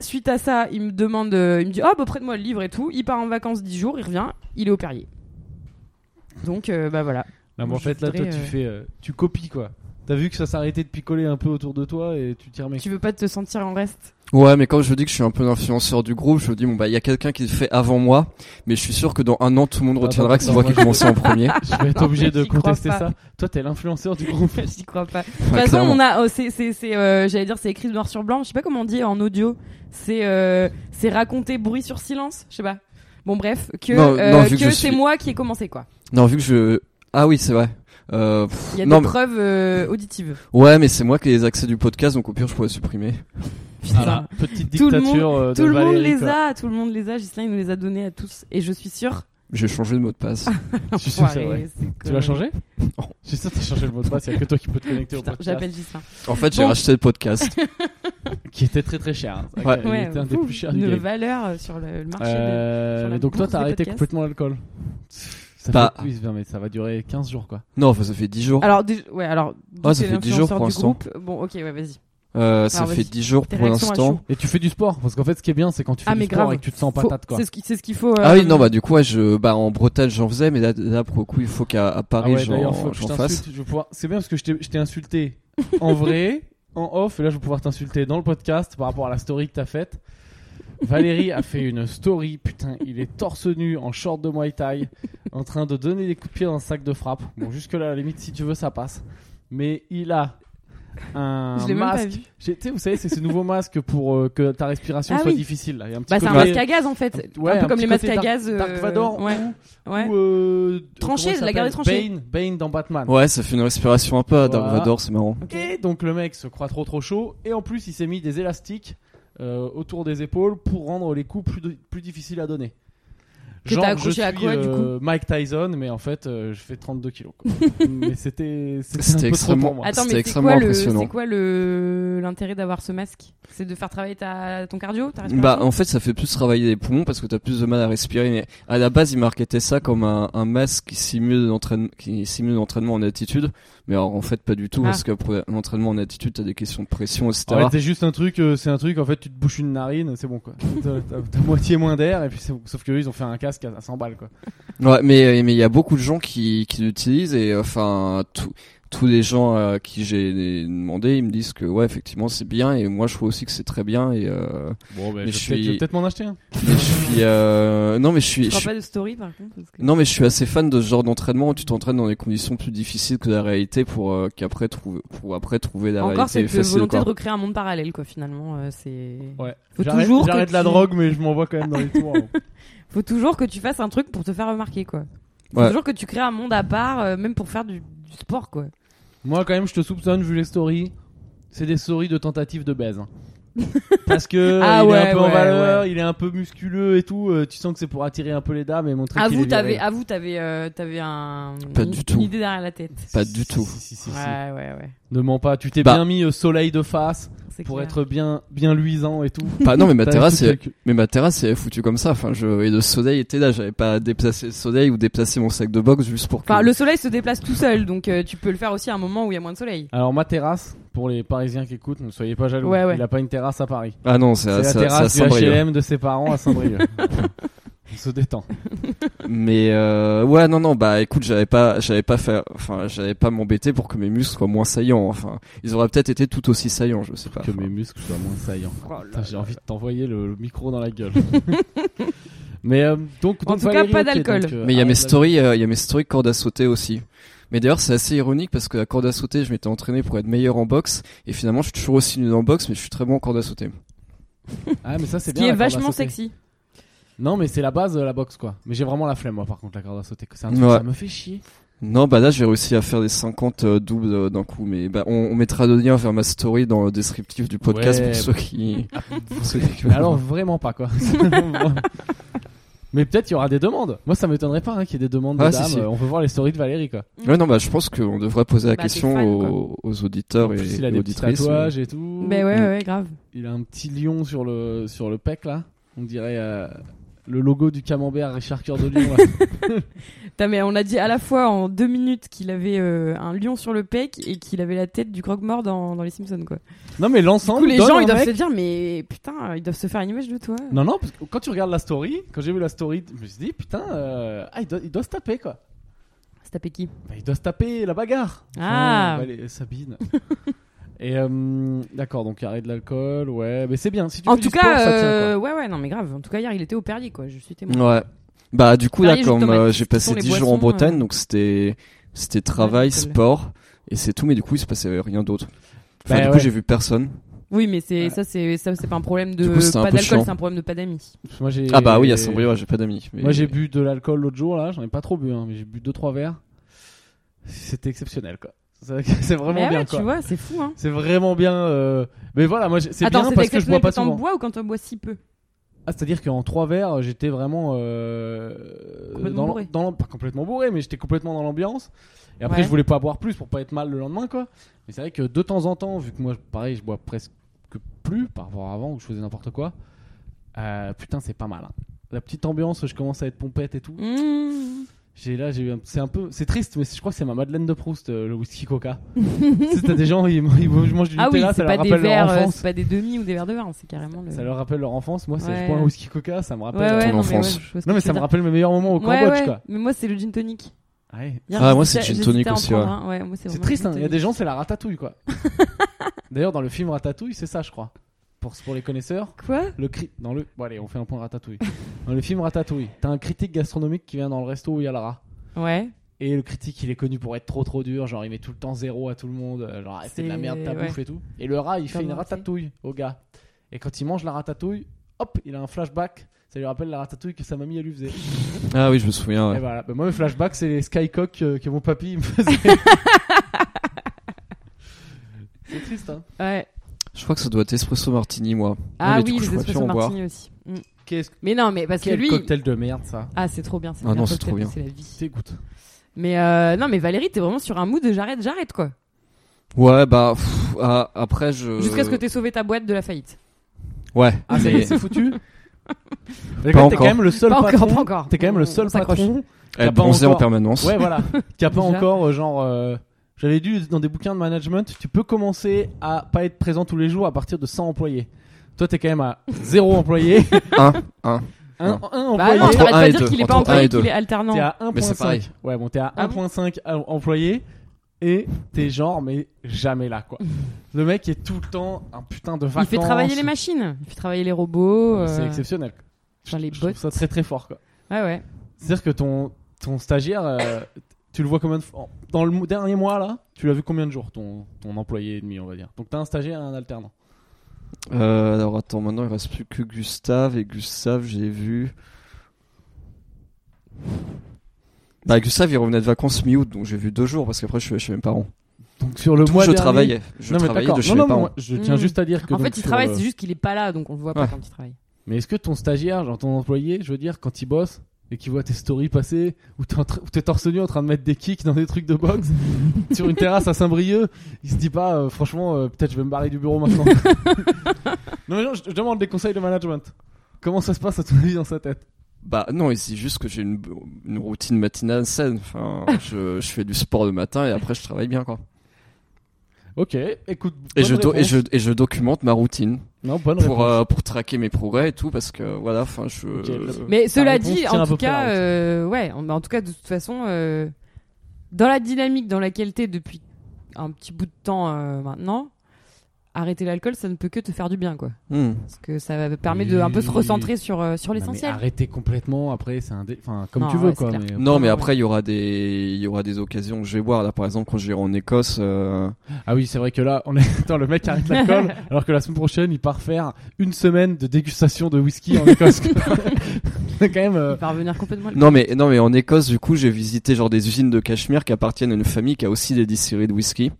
S2: suite à ça, il me demande, euh, il me dit, oh, bah, prête-moi le livre et tout. Il part en vacances 10 jours, il revient, il est au Perrier. Donc, euh, bah voilà.
S1: Non, mais en
S2: Moi, je
S1: fait, là, toi,
S2: voudrais,
S1: tu
S2: euh,
S1: fais, euh, tu copies quoi. T'as vu que ça s'arrêtait de picoler un peu autour de toi et tu t'y remets.
S2: Tu veux pas te sentir en reste *laughs*
S5: Ouais, mais quand je dis que je suis un peu l'influenceur du groupe, je me dis, bon, bah, il y a quelqu'un qui le fait avant moi, mais je suis sûr que dans un an, tout le monde
S1: Attends,
S5: retiendra que c'est
S1: attends,
S5: moi
S1: moi,
S5: qui ai
S1: je-
S5: commencé en premier.
S1: Je vais être obligé
S2: mais
S1: de
S2: j'y crois
S1: contester
S2: pas.
S1: ça. Toi, t'es l'influenceur du groupe.
S2: J'y crois pas. De
S5: Ouais,
S2: toute façon,
S5: clairement.
S2: on a, oh, c'est, c'est, c'est, euh, j'allais dire, c'est écrit noir sur blanc. Je sais pas comment on dit en audio. C'est, euh, c'est raconter bruit sur silence. Je sais pas. Bon, bref, que,
S5: Non,
S2: euh,
S5: non, vu
S2: que,
S5: que je
S2: c'est
S5: suis-
S2: moi qui ai commencé, quoi.
S5: Non, vu que je. Ah oui, c'est vrai. Euh, pff,
S2: Il y a
S5: Non,
S2: des
S5: mais-
S2: preuves euh, auditives.
S5: ouais, mais c'est moi qui ai les accès du podcast, donc au pire, je pourrais supprimer.
S1: Voilà, petite
S2: Tout le monde-
S1: dictature euh, de
S2: tout le monde
S1: Valérie,
S2: les
S1: quoi.
S2: a, tout le monde les a. Gislain, il nous les a donnés à tous. Et je suis sûre.
S5: J'ai changé de mot de passe.
S2: Ah.
S1: Je suis sûr que c'est
S2: Enfoiré,
S1: vrai.
S2: c'est
S1: Tu
S2: quoi.
S1: l'as changé Je suis sûr que t'as changé le mot de passe. Il y a que toi qui peux te connecter au
S2: Putain,
S1: podcast.
S2: J'appelle Gislain.
S5: En fait, j'ai
S2: Bon.
S5: racheté
S2: *laughs*
S5: le podcast.
S1: Qui était très très cher. hein.
S5: Ouais.
S1: Ça, Il
S2: Ouais,
S1: était un des
S2: ouf,
S1: plus chers du
S2: Une
S1: game.
S2: valeur euh, sur le, le marché. de-
S1: Euh,
S2: sur la
S1: mais donc toi,
S2: bourse
S1: t'as
S2: des
S1: arrêté
S2: podcasts.
S1: complètement l'alcool. Ça
S5: Bah.
S1: fait... oui, mais ça va durer 15 jours quoi.
S5: Non, enfin, ça fait 10 jours.
S2: Alors, déjà- ouais, alors.
S5: Ah, ça
S2: c'est
S5: fait dix jours
S2: l'influenceur
S5: pour
S2: du
S5: l'instant.
S2: groupe. Bon, ok, ouais, vas-y.
S5: Euh, ça
S2: Alors,
S5: fait
S2: vas-y.
S5: 10 jours
S2: Tes
S5: pour
S2: réactions à
S5: l'instant.
S1: Et tu fais du sport parce qu'en fait, ce qui est bien, c'est quand tu fais
S2: Ah,
S1: du
S2: mais
S1: sport
S2: grave.
S1: et que tu te sens
S2: Faut-
S1: patate quoi.
S2: C'est ce qui- c'est ce qu'il faut. euh,
S5: Ah oui, non, bah, du coup, ouais, je, bah, en Bretagne, j'en faisais, mais là, là pour le coup, il faut qu'à à
S1: Ah
S5: Paris,
S1: ouais, d'ailleurs, faut
S5: j'en
S1: que je
S5: j'en fasse.
S1: t'insulte. je vais pouvoir- C'est bien parce que je t'ai- je t'ai insulté en
S5: *laughs*
S1: vrai, en off, et là je vais pouvoir t'insulter dans le podcast par rapport à la story que t'as faite. Valérie a fait une story, putain, il est torse nu en short de Muay Thai, en train de donner des coups de pied dans un sac de frappe. Bon, jusque-là, à la limite, si tu veux, ça passe. Mais il a un
S2: Je l'ai même pas
S1: masque.
S2: vu.
S1: J'ai- Tu sais, vous savez, c'est ce nouveau masque pour euh, que ta respiration
S2: Ah
S1: soit
S2: oui.
S1: difficile. là. Il y a un petit
S2: Bah, c'est un
S1: côté-
S2: masque à gaz en fait.
S1: Ouais,
S2: un
S1: un
S2: peu comme
S1: petit
S2: les masques
S1: côté
S2: à
S1: Dark-
S2: gaz. euh,
S1: Dark Vador
S2: Ouais. Ouais.
S1: ou, euh, comment
S2: Tranchée,
S1: il
S2: je la gardais
S1: s'appelle
S2: tranchée.
S1: Bane, Bane dans Batman.
S5: Ouais, ça fait une respiration un peu à Dark
S1: Voilà.
S5: Vador, c'est marrant.
S2: Ok.
S1: Et donc le mec se croit trop trop chaud et en plus il s'est mis des élastiques euh, autour des épaules pour rendre les coups plus, de- plus difficiles à donner.
S2: Que t'as accroché à quoi, du
S1: euh, Mike Tyson mais en fait euh, je fais 32 kilos.
S2: *laughs*
S1: quoi. mais c'était c'était un
S5: C'était
S1: peu
S5: extrêmement-
S1: trop pour moi.
S2: Attends,
S5: C'était
S2: mais c'est
S5: extrêmement
S2: quoi, le,
S5: impressionnant.
S2: c'est quoi le l'intérêt d'avoir ce masque C'est de faire travailler ta, ton cardio ta
S5: Bah,
S2: respiration
S5: en fait, ça fait plus travailler les poumons parce que t'as plus de mal à respirer. Mais à la base, ils marketaient ça comme un, un masque qui simule l'entraîne- qui simule l'entraînement en altitude. Mais alors, en fait, pas du tout
S2: Ah.
S5: parce qu'après l'entraînement en altitude, t'as des questions de pression, etc.
S1: En fait, c'est juste un truc, euh, c'est un truc. En fait, tu te bouches une narine, c'est bon quoi. T'as- T'as t'as moitié moins d'air et puis c'est bon. sauf que eux, ils ont fait un casque à 100 balles, quoi.
S5: Ouais, mais mais il y a beaucoup de gens qui qui l'utilisent et euh, enfin tous tous les gens euh, à qui j'ai demandé, ils me disent que ouais effectivement c'est bien et moi je trouve aussi que c'est très bien et euh,
S1: Bon, ben,
S5: Mais
S1: je,
S5: je
S1: vais peut-être-
S5: suis-
S1: je vais peut-être m'en acheter un.
S5: mais je suis euh, non mais je suis,
S6: Je
S5: je
S6: crois
S5: suis-
S6: pas de story par contre. parce que-
S5: non mais je suis assez fan de ce genre d'entraînement où tu t'entraînes dans des conditions plus difficiles que la réalité pour euh, qu'après trouver pour après trouver la
S2: Encore
S5: réalité
S2: cette euh,
S5: facile
S2: volonté de
S5: quoi.
S2: recréer un monde parallèle, quoi, finalement. euh, c'est.
S1: Ouais.
S2: Faut
S1: J'arrête
S2: toujours que
S1: j'arrête la
S2: tu-
S1: drogue, mais je m'envoie quand même dans les tours. hein.
S2: Faut toujours que tu fasses un truc pour te faire remarquer, quoi. Faut
S5: Ouais.
S2: toujours que tu crées un monde à part, euh, même pour faire du, du sport, quoi.
S1: Moi, quand même, je te soupçonne, vu les stories, c'est des stories de tentatives de
S2: *laughs*
S1: baise. hein. Parce que
S2: Ah
S1: il est
S2: ouais,
S1: un peu en
S2: ouais,
S1: valeur, il est un peu musculeux et tout. euh, tu sens que c'est pour attirer un peu les dames et montrer
S2: À
S1: qu'il
S2: Ah, vous,
S1: est
S2: t'avais,
S1: viril.
S2: à vous, t'avais, euh, t'avais un.
S5: Pas
S2: une-
S5: du tout.
S2: Une idée derrière la tête.
S5: Pas du tout.
S1: Si, si, si, si, si.
S2: Ouais, ouais, ouais.
S1: Ne mens pas. Tu t'es
S5: Bah.
S1: bien mis au soleil de face
S2: C'est
S1: pour
S2: clair.
S1: être bien, bien luisant et
S2: *laughs*
S1: tout.
S5: Pas non
S1: *laughs*
S5: mais ma
S1: T'as
S5: terrasse
S1: tout le
S5: c'est
S1: truc.
S5: mais ma terrasse est foutue comme ça. Enfin je et le soleil était là, j'avais pas déplacé le soleil ou déplacé mon sac de boxe juste pour que
S2: Enfin, le soleil se déplace tout seul, donc euh, tu peux le faire aussi à un moment où il y a moins de soleil.
S1: Alors ma terrasse, pour les Parisiens qui écoutent, ne soyez pas jaloux.
S2: Ouais, ouais.
S1: Il a pas une terrasse à Paris.
S5: ah non c'est à-
S1: c'est
S5: c'est
S1: la
S5: à- c'est à
S1: terrasse du
S5: Saint-Brieuc.
S1: HLM de ses parents à Saint-Brieuc.
S5: *laughs*
S1: On se détend.
S5: Mais euh, ouais, non, non, bah écoute, j'avais pas, j'avais pas fait, enfin, j'avais pas m'embêter pour que mes muscles soient moins saillants. Enfin, ils auraient peut-être été tout aussi saillants, je sais pas.
S1: Que
S5: Enfin,
S1: mes muscles soient moins saillants.
S2: Oh là
S1: Putain, J'ai envie de t'envoyer le, le micro dans la
S5: *laughs*
S1: gueule. Mais euh, donc,
S2: En
S1: donc
S2: tout cas,
S1: Valérie,
S2: pas
S1: ok,
S2: d'alcool.
S1: donc, euh,
S5: Mais il y a
S1: arrête
S5: mes
S1: la-
S5: stories, euh, il y a mes stories corde à sauter aussi. Mais d'ailleurs, c'est assez ironique parce que la corde à sauter, je m'étais entraîné pour être meilleur en boxe et finalement, je suis toujours aussi nul en boxe, mais je suis très bon en corde à sauter.
S1: Ah mais ça c'est
S2: Ce
S1: bien.
S2: qui est
S1: la corde à
S5: bah,
S2: vachement
S1: sauter.
S2: sexy.
S1: Non mais c'est la base de la boxe quoi. Mais j'ai vraiment la flemme moi par contre la corde à sauter. C'est un truc
S5: Ouais.
S1: ça me fait chier.
S5: Non, bah là, j'ai réussi à faire des 50 euh, doubles euh, d'un coup, mais bah on, on mettra le lien vers ma story dans le descriptif du podcast
S1: Ouais.
S5: pour ceux qui. *laughs* pour ceux qui-
S1: Mais alors vraiment pas
S5: *laughs*
S1: quoi. *laughs* mais peut-être il y aura des demandes. Moi ça m'étonnerait pas hein, qu'il y ait des demandes de
S5: Ah, si,
S1: dames.
S5: si.
S1: Euh, On peut voir les stories de Valérie quoi.
S5: Ouais, non, bah, je pense qu'on devrait poser la
S2: Mm. Bah, t'es
S5: question
S2: fan,
S5: aux, aux
S1: En
S5: auditeurs et,
S1: plus il a
S5: et
S1: des petits
S5: auditrices.
S1: tatouages et tout.
S2: Mais Ben ouais,
S5: Mm.
S2: ouais, grave.
S1: Il a un petit lion sur le sur le pec là. On dirait euh, le logo du camembert Richard Cœur de Lion. là.
S2: Putain, mais on a dit à la fois en deux minutes qu'il avait euh, un lion sur le pec et qu'il avait la tête du croque-mort dans, dans Les Simpsons, quoi.
S1: non mais
S2: Du
S1: l'ensemble.
S2: coup, les
S1: donne
S2: gens,
S1: un
S2: ils doivent
S1: mec-
S2: se dire, mais putain, ils doivent se faire une image de toi.
S1: Non, non, parce que quand tu regardes la story, quand j'ai vu la story, je me suis dit, putain, euh, ah, il, doit, il doit se taper, quoi.
S2: C'est tapé qui
S1: Bah, il doit se taper la bagarre.
S2: Ah.
S1: Enfin, bah, les-
S2: *laughs*
S1: Sabine. Et euh, d'accord, donc arrêt de l'alcool, ouais, mais c'est bien. Si tu
S2: En
S1: fais du
S2: tout
S1: sport,
S2: cas,
S1: ça tient, quoi.
S2: euh, ouais, ouais, non, mais grave. En tout cas, hier, il était au Perrier, quoi. Je suis témoin.
S5: Ouais. Bah, du coup,
S2: Varié
S5: là,
S2: jus de
S5: comme
S2: tomate,
S5: euh, j'ai
S2: ce sont
S5: passé
S2: les
S5: 10 jours
S2: boissons,
S5: en Bretagne,
S2: euh.
S5: donc c'était, c'était travail,
S2: c'est cool.
S5: sport, et c'est tout, mais du coup, il se passait rien d'autre. Enfin,
S1: Bah,
S5: du
S1: ouais.
S5: coup, j'ai vu personne.
S2: Oui, mais c'est
S1: Ouais.
S2: ça, c'est ça, c'est pas un problème de
S5: Du coup, c'était un
S2: pas
S5: peu
S2: d'alcool,
S5: chiant.
S2: c'est un problème de pas d'amis.
S1: Moi, j'ai-
S5: Ah, bah oui, à Saint-Brieuc, j'ai pas d'amis. mais-
S1: Moi, j'ai bu de l'alcool l'autre jour, là, j'en ai pas trop bu, hein, mais j'ai bu 2-3 verres. C'était exceptionnel, quoi. C'est *laughs* c'est vraiment
S2: Mais
S1: bien,
S2: Eh ouais,
S1: quoi.
S2: tu vois, c'est fou, hein.
S1: C'est vraiment bien. euh, Mais voilà, moi, j'ai- c'est
S2: Attends,
S1: bien
S2: c'est
S1: parce que je bois
S2: exceptionnel
S1: pas
S2: quand t'en
S1: souvent.
S2: bois ou quand t'en bois si peu.
S1: Ah, c'est-à-dire qu'en trois verres, j'étais vraiment euh,
S2: Complètement
S1: dans,
S2: bourré.
S1: dans l'am- pas complètement bourré, mais j'étais complètement dans l'ambiance. Et après,
S2: Ouais.
S1: je voulais pas boire plus pour pas être mal le lendemain, quoi. Mais c'est vrai que de temps en temps, vu que moi, pareil, je bois presque plus par rapport à avant où je faisais n'importe quoi. euh, putain, c'est pas mal. hein. La petite ambiance, je commence à être pompette et tout.
S2: Mmh.
S1: J'ai là, j'ai eu un- c'est un peu, c'est triste, mais je crois que c'est ma Madeleine de Proust, euh, le whisky
S2: *laughs*
S1: Coca. c'est t'as des gens, ils, ils mangent du
S2: Ah oui,
S1: Nutella, ça
S2: c'est
S1: leur
S2: pas des
S1: rappelle leur
S2: verres, euh,
S1: enfance.
S2: c'est pas des demi ou des verres de vin, c'est carrément le.
S1: Ça leur rappelle leur enfance. Moi, c'est
S2: Ouais.
S1: je bois un whisky Coca, ça me
S2: Ouais,
S1: rappelle.
S2: ouais, non, mais
S5: enfance.
S2: ouais, je vois ce que
S1: Non mais
S2: tu
S1: ça
S2: veux
S1: me
S2: dire.
S1: rappelle mes meilleurs moments au
S2: Ouais,
S1: Cambodge
S2: ouais,
S1: quoi.
S2: Mais moi, c'est le gin tonic.
S1: Ouais.
S2: Hier,
S5: Ah,
S2: j'hésitais-
S5: moi, c'est le gin
S2: j'hésitais
S5: tonic
S2: à en
S5: aussi,
S2: prendre
S5: ouais.
S2: un. Ouais, moi,
S1: C'est
S2: vraiment
S1: triste
S2: le
S1: hein,
S2: gin
S1: il y a des
S2: tonic.
S1: gens c'est la ratatouille
S2: *laughs*
S1: quoi. D'ailleurs dans le film Ratatouille, c'est ça je crois. Pour pour les connaisseurs,
S2: Quoi
S1: le cri dans le bon allez, on fait un point
S2: *laughs*
S1: ratatouille. Dans le film Ratatouille, t'as un critique gastronomique qui vient dans le resto où il y a le rat.
S2: Ouais.
S1: Et le critique, il est connu pour être trop trop dur, genre il met tout le temps zéro à tout le monde, euh, genre Ah, c'est de la
S2: C'est-
S1: merde ta
S2: ouais.
S1: bouffe et tout. Et le rat, il fait
S2: Comme
S1: une
S2: on fait.
S1: ratatouille au gars. Et quand il mange la ratatouille, hop, il a un flashback. Ça lui rappelle la ratatouille que sa mamie elle lui faisait.
S5: Ah oui, je me souviens. ouais.
S1: Et voilà. Bah, moi, mes flashbacks, c'est les Skycock euh, que mon papy me faisait.
S2: *laughs*
S1: c'est triste, hein.
S2: Ouais.
S5: Je crois que ça doit être espresso martini, moi.
S2: Ah
S5: mais du
S2: oui,
S5: coup, je
S2: les
S5: pourrais plus
S2: espresso
S5: en boire.
S2: martini aussi. Mm.
S1: Qu'est-ce que.
S2: Mais non, mais parce que
S1: Quel
S2: lui.
S1: cocktail de merde, ça.
S2: Ah, c'est trop bien. c'est
S5: Ah
S2: bien,
S5: non, c'est
S2: cocktail,
S5: trop bien.
S2: C'est la vie.
S1: T'écoutes.
S2: Mais euh, non, mais Valérie, t'es vraiment sur un mood de j'arrête, j'arrête quoi.
S5: Ouais, bah, pff, ah, après, je.
S2: Jusqu'à ce que t'aies sauvé ta boîte de la faillite.
S5: Ouais.
S1: Ah, ça y
S5: mais-
S1: est, c'est *laughs* foutu. T'es quand
S5: encore.
S1: même le seul
S2: pas encore, pas
S1: patron.
S2: encore.
S1: T'es quand même le
S2: On-
S1: seul
S2: on s'accroche.
S1: patron.
S5: Elle
S1: pas
S5: bronzait en
S1: encore-
S5: permanence.
S1: Ouais,
S2: *laughs*
S1: voilà. Qui a pas
S2: Déjà.
S1: encore, euh, genre. euh, J'avais lu dans des bouquins de management, tu peux commencer à pas être
S2: *laughs*
S1: présent tous les jours à partir de 100 employés. Toi, t'es quand même à 0 employés.
S5: Un, un.
S1: Un, un
S2: Bah
S1: employé.
S2: non,
S5: Entre
S2: t'arrêtes
S5: un
S2: pas
S5: et
S2: de dire
S5: deux,
S2: qu'il est pas
S5: entre un
S2: employé,
S5: et deux.
S2: qu'il est alternant.
S1: T'es à
S5: Mais c'est
S1: 1.5.
S5: pareil.
S1: Ouais, bon, t'es à
S2: Ah bon
S1: 1.5 em- euh, employé et t'es genre, mais jamais là,
S2: *laughs*
S1: quoi. Le mec est tout le temps un putain de
S2: Il
S1: vacances.
S2: fait travailler les machines, il fait travailler les robots. euh,
S1: C'est exceptionnel.
S2: enfin, les
S1: Je trouve
S2: bots.
S1: ça très très fort, quoi.
S2: Ouais, ouais.
S1: C'est-à-dire que ton, ton stagiaire, euh, tu le vois combien de fois Dans le mo- dernier mois, là, tu l'as vu combien de jours, ton, ton employé et demi, on va dire. Donc t'as un stagiaire et un alternant.
S5: Euh, alors attends, maintenant il reste plus que Gustave et Gustave, j'ai vu. Bah Gustave, il revenait de vacances mi-août, donc j'ai vu deux jours parce qu'après je suis allé chez mes parents.
S1: Donc sur le
S5: Tout,
S1: mois
S5: je
S1: dernier-
S5: travaillais, je hein.
S1: non, mais
S5: travaillais
S1: d'accord.
S5: de chez
S1: Non,
S5: mes
S1: non, mais
S5: parents.
S1: moi, je tiens
S2: Mm.
S1: juste à dire que.
S2: En
S1: donc,
S2: fait, il
S1: sur euh,
S2: travaille,
S1: le-
S2: c'est juste qu'il est pas là, donc on le voit pas
S5: Ouais.
S2: quand il travaille.
S1: Mais est-ce que ton stagiaire, genre ton employé, je veux dire, quand il bosse et qu'il voit tes stories passer, ou t'es en tra- ou t'es torse nu en train de mettre des kicks dans des trucs de
S2: *laughs*
S1: boxe sur une terrasse à Saint-Brieuc, il se dit pas, euh, franchement, euh, peut-être je vais me barrer du bureau
S2: *laughs*
S1: maintenant. non, mais non, je, je demande des conseils de management. Comment ça se passe à ton avis dans sa tête
S5: Bah non, et c'est juste que j'ai une, une routine matinale saine.
S1: *laughs*
S5: Enfin, je, je fais du sport le matin et après je travaille bien quoi.
S1: Ok, écoute.
S5: Et
S1: bonne
S5: je, do- et
S1: réponse.
S5: je et je documente ma routine
S1: Non, bonne
S5: pour
S1: réponse.
S5: euh, pour traquer mes progrès et tout parce que voilà, enfin je.
S1: Ok,
S5: euh,
S2: Mais cela
S1: réponse
S2: dit,
S1: tient
S2: en
S1: à
S2: tout
S1: peu près la
S2: cas,
S1: route.
S2: euh, ouais, en, bah, en tout cas, de toute façon, euh, dans la dynamique dans laquelle t'es depuis un petit bout de temps euh, maintenant, arrêter l'alcool, ça ne peut que te faire du bien, quoi.
S5: hmm.
S2: Parce que ça va- permet de un peu se
S1: Oui.
S2: recentrer sur euh, sur
S1: Non, mais
S2: l'essentiel.
S1: Arrêtez complètement. Après, c'est un, dé- enfin, comme
S2: Non,
S1: tu veux,
S2: ouais,
S1: quoi.
S2: c'est
S1: mais-
S5: Non, mais
S2: Ouais.
S5: après il y aura des il y aura des occasions que je vais voir là par exemple quand j'irai en Écosse. euh,
S1: Ah oui, c'est vrai que là, on est... *laughs* Attends, le mec arrête
S2: *laughs*
S1: l'alcool, alors que la semaine prochaine, il part faire une semaine de dégustation de whisky en
S2: *laughs*
S1: Écosse. *laughs* c'est quand même. euh,
S2: Il va revenir complètement.
S5: Non mais non mais en Écosse du coup j'ai visité genre des usines de cachemire qui appartiennent à une famille qui a aussi des distilleries de whisky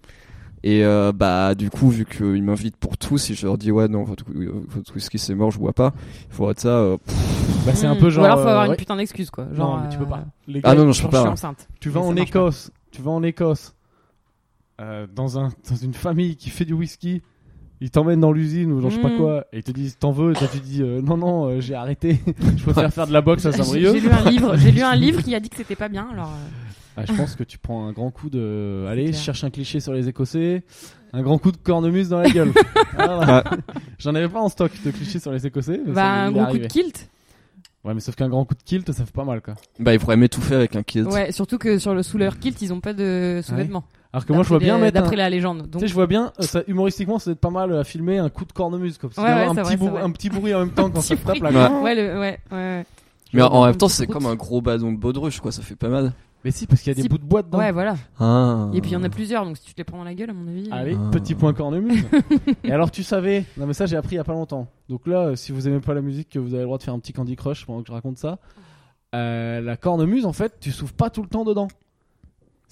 S5: et euh, bah du coup vu qu'ils m'invitent pour tout si je leur dis ouais non votre, votre whisky c'est mort je bois pas il faudra de ça euh, pff.
S1: Bah, c'est un
S2: Hmm.
S1: peu genre.
S2: Ou alors faut
S1: euh,
S2: avoir une
S1: ouais.
S2: putain d'excuse, quoi. Genre,
S1: Non, mais tu peux pas. hein. Les
S5: ah
S1: gars,
S5: non non
S2: je
S5: je
S2: suis
S5: peux pas hein.
S2: enceinte.
S1: Tu vas
S2: Mais ça
S1: en
S2: marche pas.
S1: Écosse, tu vas en Écosse, euh, dans, un, dans une famille qui fait du whisky, ils t'emmènent dans l'usine ou dans je sais pas
S2: Mm.
S1: quoi, et ils te disent t'en veux, et toi tu dis euh, non, non, euh, j'ai arrêté, *laughs* je préfère faire de la boxe à
S2: *laughs* J'ai j'ai
S1: Saint-Brieuc.
S2: lu un livre. J'ai lu un livre qui a dit que c'était pas bien. Alors, euh,
S1: Ah, je pense que tu prends un grand coup de. Allez,
S2: clair.
S1: cherche un cliché sur les Écossais, un grand coup de cornemuse dans la
S2: *laughs*
S1: gueule. Voilà. J'en avais pas en stock de clichés sur les Écossais. mais
S2: bah
S1: ça m'est
S2: un
S1: vite
S2: gros coup
S1: arrivé.
S2: de kilt.
S1: Ouais, mais sauf qu'un grand coup de kilt, ça fait pas mal quoi.
S5: bah il faudrait m'étouffer avec un kilt
S2: Ouais, surtout que sur le sous leur kilt, ils ont pas de sous-vêtements.
S1: Alors Ah que moi, je vois
S2: D'après
S1: bien
S2: les-
S1: mettre. un-
S2: D'après la légende.
S1: Tu
S2: Donc,
S1: sais, je vois bien, euh, ça, humoristiquement, ça doit être pas mal euh, à filmer un coup de cornemuse. Quoi, parce qu'il
S2: Ouais,
S1: doit y
S2: ouais,
S1: avoir
S2: c'est
S1: un, petit
S2: vrai,
S1: bourri-
S2: c'est vrai.
S1: un petit bruit en même temps quand ça te
S2: Petit
S1: tape la
S2: bruit.
S5: Ouais.
S2: ouais, le, ouais, ouais, ouais.
S5: mais en, en même temps
S2: Route.
S5: c'est comme un gros ballon de baudruche quoi ça fait pas mal
S1: Mais si, parce qu'il y a des
S2: Si.
S1: bouts de bois dedans.
S2: Ouais, voilà.
S5: ah.
S2: Et puis
S1: Euh.
S2: il y en a plusieurs, donc si tu te les prends dans la gueule, à mon avis. euh,
S1: Allez,
S5: Ah.
S1: petit point
S5: *laughs*
S1: cornemuse. Et alors, tu savais, non mais ça, j'ai appris il y a pas longtemps. Donc là, euh, si vous aimez pas la musique, que vous avez le droit de faire un petit Candy Crush pendant que je raconte ça. Euh, la cornemuse, en fait, tu souffles pas tout le temps dedans.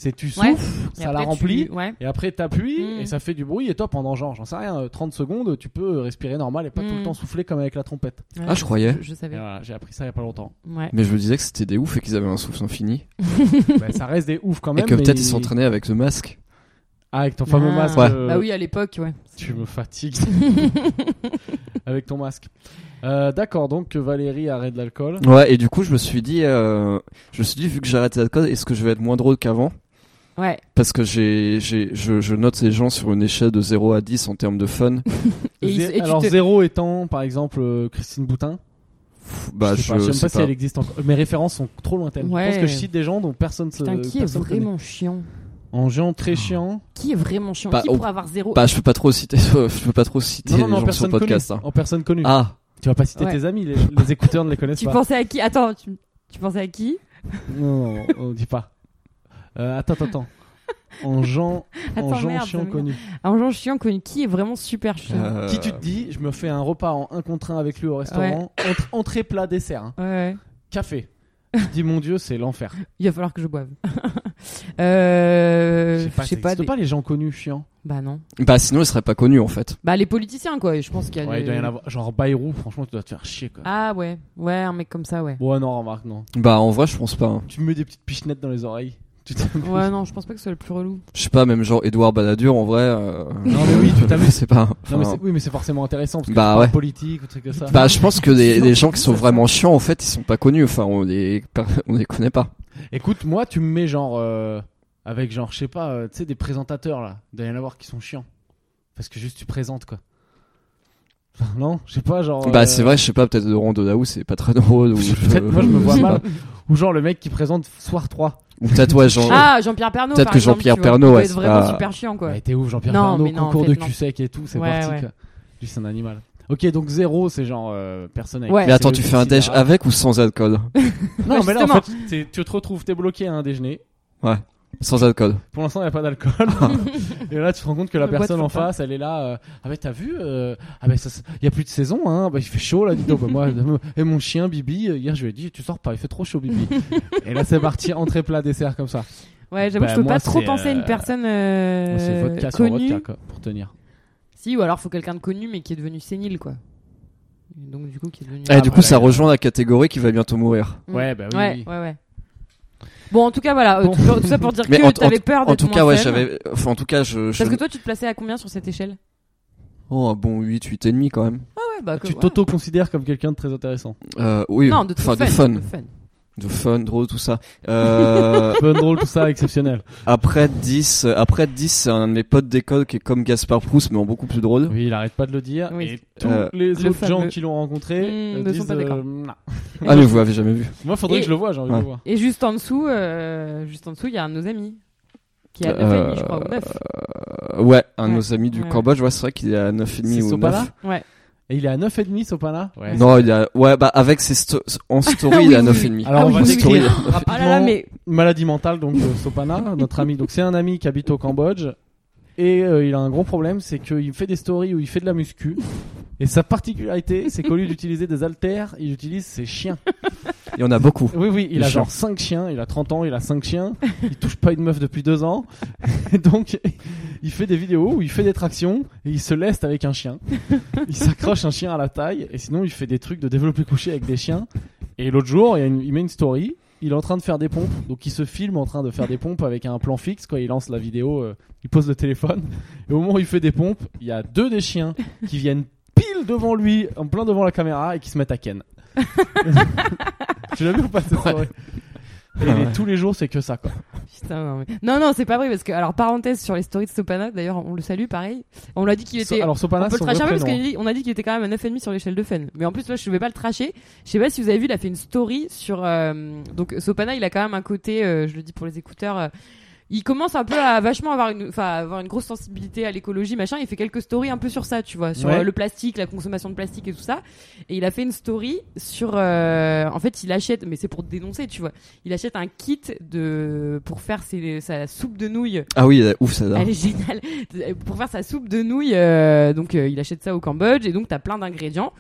S1: C'est tu souffles,
S2: Ouais. et
S1: ça
S2: après,
S1: la
S2: tu-
S1: remplit.
S2: Ouais.
S1: Et après, t'appuies
S2: Mm.
S1: et ça fait du bruit. Et toi, pendant genre, j'en sais rien, euh, 30 secondes, tu peux respirer normal et pas tout le
S2: Mm.
S1: temps souffler comme avec la trompette.
S2: Ouais,
S5: Ah, je croyais.
S2: Je, je
S1: Et
S2: savais.
S1: voilà, j'ai appris ça il y a pas
S2: *laughs*
S1: longtemps.
S2: Ouais.
S5: mais je me disais que c'était des oufs et qu'ils avaient un souffle infini
S1: Bah, ça reste des ouf quand même.
S5: et que
S1: mais
S5: peut-être
S1: il-
S5: ils s'entraînaient avec le masque
S1: Ah, avec ton fameux
S2: Ah.
S1: masque.
S5: Ouais.
S1: euh,
S2: Bah oui, à l'époque, ouais.
S1: Tu me
S2: *laughs*
S1: fatigues. avec ton masque. Euh, D'accord, donc Valérie arrête de l'alcool.
S5: ouais et du coup je me suis dit euh, je me suis dit vu que j'arrête l'alcool est-ce que je vais être moins drôle qu'avant
S1: euh,
S2: Ouais.
S5: Parce que j'ai, j'ai, je, je note ces gens sur une échelle de 0 à 10 en termes de fun.
S2: Et, ils-
S1: Zé-
S2: et tu
S1: Alors,
S2: te-
S1: zéro étant, par exemple, euh, Christine Boutin.
S5: Pff, Bah,
S1: je sais, pas, je sais même pas,
S5: sais
S1: si elle existe encore. Mes références sont trop lointaines.
S2: Ouais.
S1: Je pense que je cite des gens dont personne se.
S2: Putain, qui est
S1: personne connaît.
S2: vraiment chiant
S1: En gens très chiants.
S2: Qui est vraiment chiant
S5: Bah,
S2: Qui
S5: oh.
S2: pourrait avoir zéro
S5: Bah, je peux pas trop citer, *laughs* je peux pas trop citer
S1: Non, non, non, en
S5: les gens sur
S1: personne
S5: le podcast. hein.
S1: connue. En personne connue.
S5: Ah,
S1: Tu vas pas citer
S2: Ouais.
S1: tes amis, les, les écouteurs ne les connaissent
S2: Tu
S1: pas.
S2: pensais à qui Attends, tu, tu pensais à qui
S1: Non, non, on dit pas. Euh, attends, attends, attends. En gens, en
S2: *laughs* Attends,
S1: gens
S2: merde,
S1: chiants
S2: merde.
S1: connus.
S2: Un genre chiant connu. Qui est vraiment super chiant
S5: euh,
S1: Qui tu te dis, je me fais un repas en un contre un avec lui au restaurant, entre- entrée, plat, dessert, hein.
S2: Ouais, ouais.
S1: café. Tu te dis, mon dieu, c'est l'enfer.
S2: Il va falloir que je boive. *laughs* euh,
S1: je sais pas,
S2: des-
S1: des... pas les gens connus chiants.
S2: Bah non.
S5: bah, sinon, ils seraient pas connus, en fait.
S2: Bah les politiciens quoi. Et Je pense qu'il y a.
S1: Ouais,
S2: des-
S1: il doit y en avoir. Genre Bayrou, franchement, tu dois te faire chier quoi.
S2: Euh, Ah ouais. Ouais, un mec comme ça ouais.
S1: Bon, non, remarque, non.
S5: Bah, en vrai, je pense pas. hein.
S1: Tu me mets des petites pichenettes dans les oreilles. *laughs* Tu t'amuses.
S2: Ouais, non, je pense pas que ce soit le plus relou.
S5: Je sais pas, même genre Edouard Balladur, en vrai. euh,
S1: Non, mais oui, tout à fait.
S5: *laughs* Je sais pas.
S1: Non, mais
S5: Enfin,
S1: c'est- oui, mais c'est forcément intéressant parce que
S5: Bah,
S1: tu parles
S5: ouais.
S1: politique ou truc comme ça.
S5: Bah, je pense que les,
S1: Sinon,
S5: les gens qui
S1: ça
S5: sont
S1: sert.
S5: vraiment chiants, en fait, ils sont pas connus. Enfin, on les, *laughs* on les connaît pas.
S1: Écoute, moi, tu me mets genre. euh, avec genre, je sais pas, euh, tu sais, des présentateurs là. Il doit y en avoir qui sont chiants. Parce que juste tu présentes quoi. Non, je sais pas, genre.
S5: Bah
S1: euh,
S5: c'est vrai, je sais pas, peut-être de Rondo Daou, c'est pas
S1: *laughs*
S5: très drôle. Ou,
S1: Peut-être, moi je me
S5: *laughs*
S1: vois
S5: sais
S1: mal.
S5: pas.
S1: Ou genre le mec qui présente Soir 3.
S5: Ou tatouage en...
S2: Ah, Jean-Pierre Pernaud.
S5: Peut-être
S2: par
S5: que
S2: exemple,
S5: Jean-Pierre
S2: tu vois,
S5: Pernaud,
S2: qui doit
S5: ouais,
S2: être
S5: c'est
S2: vraiment
S5: pas-
S2: super chiant, quoi.
S1: Ouais, Bah, t'es ouf, Jean-Pierre
S2: Non,
S1: Pernaud,
S2: mais non, en
S1: concours
S2: fait,
S1: de
S2: non.
S1: cul sec et tout, c'est
S2: Ouais,
S1: parti.
S2: ouais.
S1: quoi. Lui, c'est un animal. Ok, donc zéro, c'est genre euh, personne avec
S2: Ouais.
S1: qui
S5: Mais
S1: c'est
S5: attends,
S1: le
S5: tu fais un déj
S1: considérable.
S5: avec ou sans alcool
S1: Non,
S2: Ouais,
S1: mais là, en
S2: justement.
S1: fait, c'est- tu te retrouves, t'es bloqué à un déjeuner.
S5: Sans alcool.
S1: Pour l'instant, il n'y a pas
S2: *laughs*
S1: d'alcool. et là, tu te rends compte que la
S2: Le boîte
S1: personne en
S2: faut pas.
S1: face, elle est là. euh, ah, bah, t'as vu euh, Ah, bah, il n'y a plus de saison, hein. Bah, il fait chaud, là. Dis donc, bah, moi, et mon chien, Bibi, euh, hier, je lui ai dit, tu sors pas, il fait trop chaud,
S2: *laughs*
S1: Bibi. et là, c'est parti, entrée, plat, dessert, comme ça.
S2: Ouais, j'avoue,
S1: Bah,
S2: je peux
S1: moi,
S2: pas trop
S1: c'est,
S2: penser à
S1: euh,
S2: une personne
S1: Moi, c'est
S2: euh,
S1: vodka sur
S2: connue.
S1: vodka, quoi, pour tenir.
S2: Si, ou alors faut quelqu'un de connu mais qui est devenu sénile, quoi. Et Donc du coup, qui est devenu.
S5: Et
S1: Ah,
S5: Eh, du coup,
S1: bah,
S5: ça
S1: ouais.
S5: rejoint la catégorie qui va bientôt mourir.
S2: Mm.
S1: Ouais, bah oui.
S2: ouais,
S1: oui.
S2: ouais, ouais. Bon, en tout cas, voilà. euh,
S1: Bon.
S2: tout, tout ça pour dire
S5: Mais en-
S2: que t'avais peur d'être
S5: En tout
S2: moins
S5: cas, ouais,
S2: seul.
S5: j'avais. Enfin, en tout cas, je. je-
S2: Parce que toi, tu te plaçais à combien sur cette échelle
S5: Oh, un bon 8, 8 et demi quand même.
S2: Ouais, bah. que-
S1: Tu
S2: ouais.
S1: t'auto-considères comme quelqu'un de très *laughs* intéressant.
S5: Euh, oui.
S2: Non, de,
S5: enfin,
S2: fun,
S5: de fun.
S2: de fun.
S5: De fun, drôle, tout ça. Euh,
S1: Fun, drôle, tout ça, exceptionnel.
S5: après 10, euh, après 10, c'est un de mes potes d'école qui est comme Gaspard Proust, mais en beaucoup plus drôle.
S1: Oui, il arrête pas de le dire.
S2: Oui.
S1: Et tous
S5: Euh,
S1: les
S2: le
S1: autres gens
S2: fameux.
S1: qui l'ont rencontré
S2: Mm,
S1: euh,
S2: ne sont
S1: disent,
S2: pas d'accord.
S1: euh, non.
S5: Ah, mais vous l'avez jamais vu.
S1: Moi, faudrait
S2: Et-
S1: que je le voie, j'ai envie de
S5: Ouais.
S1: le voir.
S2: Et juste en dessous, euh, juste en dessous, il y a un de nos amis qui a 9,5,
S5: Euh,
S2: je crois, ou 9.
S5: Euh, ouais, un de
S2: Ouais.
S5: nos amis du
S2: Ouais.
S5: Cambodge, ouais, c'est vrai qu'il est à 9,5
S1: C'est
S5: ou
S1: Sopala
S5: 9.
S2: Ouais.
S1: Et il est à 9,5, Sopala Ouais.
S5: Non, il a, ouais, bah, avec ses sto- en story,
S2: Ah Oui,
S5: il est à
S2: oui,
S5: 9,5.
S1: Alors,
S2: Ah
S1: on
S2: oui,
S1: va
S2: oui, oui.
S1: décrire.
S2: Ah là là,
S1: Rapidement,
S2: mais
S1: maladie mentale donc euh, Sopana notre ami donc c'est un ami qui habite au Cambodge et euh, il a un gros problème c'est qu'il fait des stories où il fait de la muscu et sa particularité c'est qu'au lieu d'utiliser des haltères il utilise ses chiens
S5: Il y en a beaucoup.
S1: oui oui il
S5: Les
S1: a
S5: chiens.
S1: genre 5 chiens il a 30 ans il a 5 chiens il touche pas une meuf depuis 2 ans *laughs* et donc il fait des vidéos où il fait des tractions et il se leste avec un chien il s'accroche un chien à la taille et sinon il fait des trucs de développer couché avec des chiens et l'autre jour, il, y a une- il met une story. Il est en train de faire des pompes, donc il se filme en train de faire des pompes avec un plan fixe. Quoi, il lance la vidéo, euh, il pose le téléphone, et au moment où il fait des pompes, il y a deux des chiens qui viennent pile devant lui, en plein devant la caméra, et qui se mettent à ken. tu l'as vu ou pas *laughs* cette story Et
S5: Ah ouais.
S1: les- tous les jours, c'est que ça. Quoi.
S2: Putain, non, mais... non, non, c'est pas vrai parce que alors parenthèse sur les stories de Sopana, d'ailleurs, on le salue, pareil. On l'a dit qu'il
S1: So-
S2: était.
S1: alors Sopana,
S2: on peut
S1: son
S2: le tracher un
S1: vrai
S2: peu parce
S1: prénom,
S2: qu'on a dit- on a dit qu'il était quand même à 9,5 sur l'échelle de fun. Mais en plus, là, je ne vais pas le tracher. Je sais pas si vous avez vu, il a fait une story sur. euh, Donc, Sopana, il a quand même un côté, euh, je le dis pour les écouteurs. euh, Il commence un peu à vachement avoir une, enfin, à avoir une grosse sensibilité à l'écologie, machin. Il fait quelques stories un peu sur ça, tu vois, sur
S1: Ouais.
S2: euh, le plastique, la consommation de plastique et tout ça. Et il a fait une story sur, euh, en fait, il achète, mais c'est pour dénoncer, tu vois. Il achète un kit de, pour faire ses- sa soupe de nouilles
S5: Ah oui, euh, ouf, celle-là.
S2: elle est géniale. *laughs* Pour faire sa soupe de nouilles, euh, donc euh, il achète ça au Cambodge et donc t'as plein d'ingrédients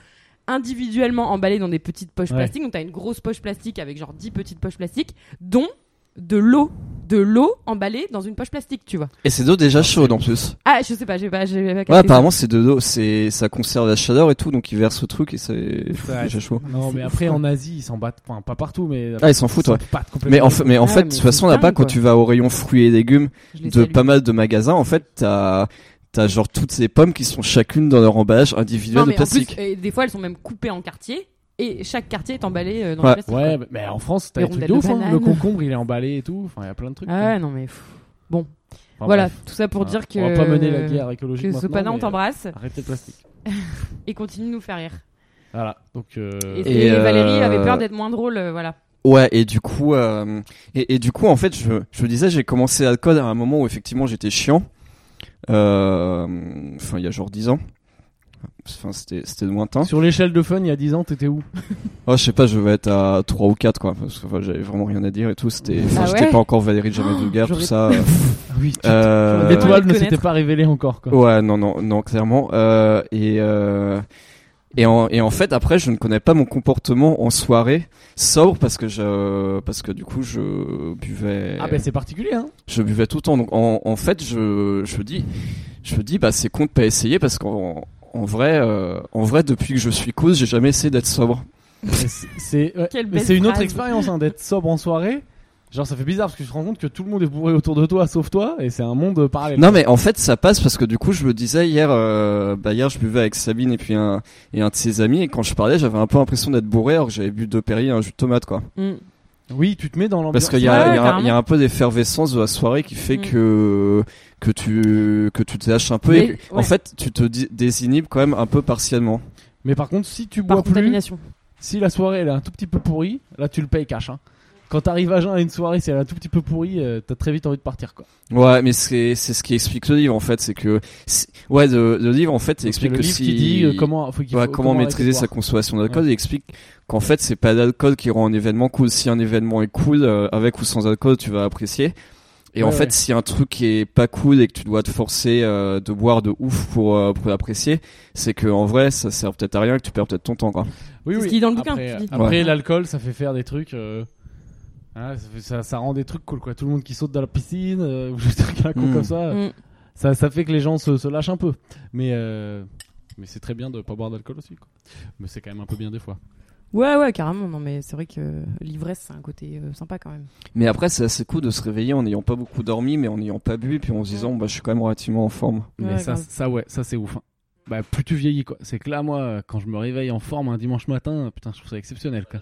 S2: individuellement emballés dans des petites poches
S1: Ouais.
S2: plastiques. Donc t'as une grosse poche plastique avec genre 10 petites poches plastiques, dont de l'eau, de l'eau emballée dans une poche plastique, tu vois.
S5: Et c'est d'eau déjà chaude en plus.
S2: Ah, je sais pas, j'ai pas, j'ai pas capté
S5: Ouais,
S2: ça.
S5: apparemment, c'est de l'eau, c'est, ça conserve la chaleur et tout, donc ils versent le truc et c'est
S1: vrai.
S5: déjà chaud.
S1: hein. Non, mais après en Asie, ils s'en battent, enfin pas partout, mais
S5: Ah, ils s'en foutent, ouais.
S1: battent complètement.
S5: Mais en, fa- mais en
S2: Ah,
S5: fait,
S2: mais
S5: de toute
S2: c'est
S5: façon, là-bas,
S2: dingue,
S5: quand
S2: quoi.
S5: tu vas au rayon fruits et légumes
S2: Je les
S5: de
S2: salue.
S5: pas mal de magasins, en fait, t'as, t'as genre toutes ces pommes qui sont chacune dans leur emballage individuel
S2: Non,
S5: de
S2: mais en plus,
S5: plastique.
S2: euh, des fois elles sont même coupées en quartiers et chaque quartier est emballé euh, dans
S5: Ouais.
S2: le plastique.
S1: Ouais,
S2: quoi.
S1: mais en France, t'as
S2: Les
S1: des trucs de
S2: rondelles
S1: ouf.
S2: de
S1: hein.
S2: banane.
S1: Le concombre, il est emballé et tout. Enfin, il y a plein de trucs.
S2: Ah
S1: quoi.
S2: ouais, non mais pff. bon,
S1: Enfin,
S2: voilà,
S1: bref.
S2: tout ça pour
S1: Voilà.
S2: dire que
S1: On va pas mener la guerre écologique
S2: que
S1: maintenant,
S2: Sopana, on
S1: mais,
S2: t'embrasse
S1: euh, Arrêtez le plastique.
S2: et continue de nous faire rire.
S1: Voilà. Donc, euh,
S2: Et,
S5: Et,
S2: et
S5: euh,
S2: Valérie avait peur d'être moins drôle, euh, voilà.
S5: Ouais, et du coup, euh, et, et du coup, en fait, je, je disais, j'ai commencé l'alcool à un moment où effectivement j'étais chiant. Euh, Enfin, il y a genre 10 ans. Enfin, c'était, c'était lointain.
S1: sur l'échelle de fun, il y a 10 ans, t'étais où
S5: Oh, je sais pas, je vais être à 3 ou 4, quoi. Parce que enfin, j'avais vraiment rien à dire et tout. C'était, enfin,
S2: Ah
S5: j'étais
S2: ouais Oh,
S5: pas encore Valérie Jamais Vulgaire, tout
S1: j'aurais-
S5: ça.
S1: Oui.
S5: Euh,
S1: L'étoile
S2: J'aurais
S1: ne
S2: dû
S1: s'était
S2: connaître.
S1: pas révélée encore. Quoi.
S5: Ouais, non, non, non, clairement. Euh, et, euh, et, en, et en fait, après, je ne connais pas mon comportement en soirée sobre parce que je, parce que du coup, je buvais,
S1: Ah, ben c'est particulier. Hein.
S5: je buvais tout le temps. Donc, en, en fait, je, je dis, je me dis, bah, c'est con de pas essayer parce qu'en, en vrai, euh, en vrai, depuis que je suis cause, j'ai jamais essayé d'être sobre.
S1: Mais c'est- c'est ouais.
S2: Quelle
S1: Mais
S2: belle
S1: c'est une autre
S2: phrase.
S1: expérience hein, d'être sobre en soirée. Genre, ça fait bizarre parce que tu te rends compte que tout le monde est bourré autour de toi sauf toi et c'est un monde euh, parallèle.
S5: Non, mais en fait, ça passe parce que du coup, je me disais hier, euh, bah, hier, je buvais avec Sabine et puis un, et un de ses amis et quand je parlais, j'avais un peu l'impression d'être bourré alors que j'avais bu deux Perrier et un jus de tomate, quoi.
S2: Mm.
S1: Oui, tu te mets dans l'ambiance.
S5: Parce qu'il y, a-
S2: Ouais,
S5: il y a un-
S2: carrément.
S5: il y a un peu d'effervescence de la soirée qui fait
S2: Mm.
S5: que que tu que tu te lâches un peu.
S2: Mais-
S5: et que- En
S2: ouais.
S5: fait, tu te dis- désinhibes quand même un peu partiellement.
S1: Mais par contre, si tu
S2: Par
S1: bois plus,
S2: contamination.
S1: si la soirée elle est un tout petit peu pourrie, là tu le payes cash. Hein. Quand t'arrives à jeun à une soirée, si elle est un tout petit peu pourrie, euh, t'as très vite envie de partir quoi.
S5: Ouais, mais c'est c'est ce qui explique le livre en fait, c'est que si- ouais, le, le livre en fait il
S1: Parce que
S5: explique
S1: le
S5: que
S1: livre
S5: si
S1: qui dit euh, comment, faut qu'il
S5: Ouais,
S1: faut-
S5: comment,
S1: arrêter
S5: maîtriser
S1: de
S5: sa
S1: boire.
S5: consommation d'alcool Il explique qu'en fait, c'est pas l'alcool qui rend un événement cool. Si un événement est cool, euh, avec ou sans alcool, tu vas apprécier. Et en
S1: Ouais,
S5: fait,
S1: ouais.
S5: si un truc est pas cool et que tu dois te forcer euh, de boire de ouf pour euh, pour l'apprécier, c'est que en vrai, ça sert peut-être à rien, que tu perds peut-être ton temps. Quoi.
S1: Oui,
S2: C'est ce
S1: oui.
S2: qui est dans le bouquin,
S1: Après,
S2: tu dis.
S1: après,
S2: Ouais.
S1: l'alcool, ça fait faire des trucs. euh, hein, ça, fait- ça- ça rend des trucs cool quoi. Tout le monde qui saute dans la piscine euh, ou des trucs à la con
S5: Mm.
S1: comme ça, euh,
S2: Mm.
S1: ça, ça fait que les gens se, se lâchent un peu. Mais euh, mais c'est très bien de pas boire d'alcool aussi. Quoi. Mais c'est quand même un peu bien des fois.
S2: Ouais, ouais, carrément. Non, mais c'est vrai que l'ivresse, c'est un côté euh, sympa quand même.
S5: Mais après, c'est assez cool de se réveiller en n'ayant pas beaucoup dormi, mais en n'ayant pas bu, puis en se disant, bah, je suis quand même relativement en forme.
S1: Mais
S2: Ouais,
S1: ça,
S2: grave.
S1: ça ouais, ça c'est ouf. hein. Bah plus tu vieillis quoi. C'est que là moi, euh, quand je me réveille en forme un dimanche matin, euh, putain je trouve ça exceptionnel quoi.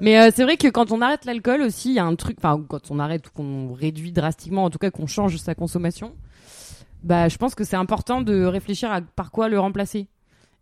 S2: Mais euh, c'est vrai que quand on arrête l'alcool aussi, il y a un truc, enfin quand on arrête ou qu'on réduit drastiquement, en tout cas qu'on change sa consommation, bah je pense que c'est important de réfléchir à par quoi le remplacer.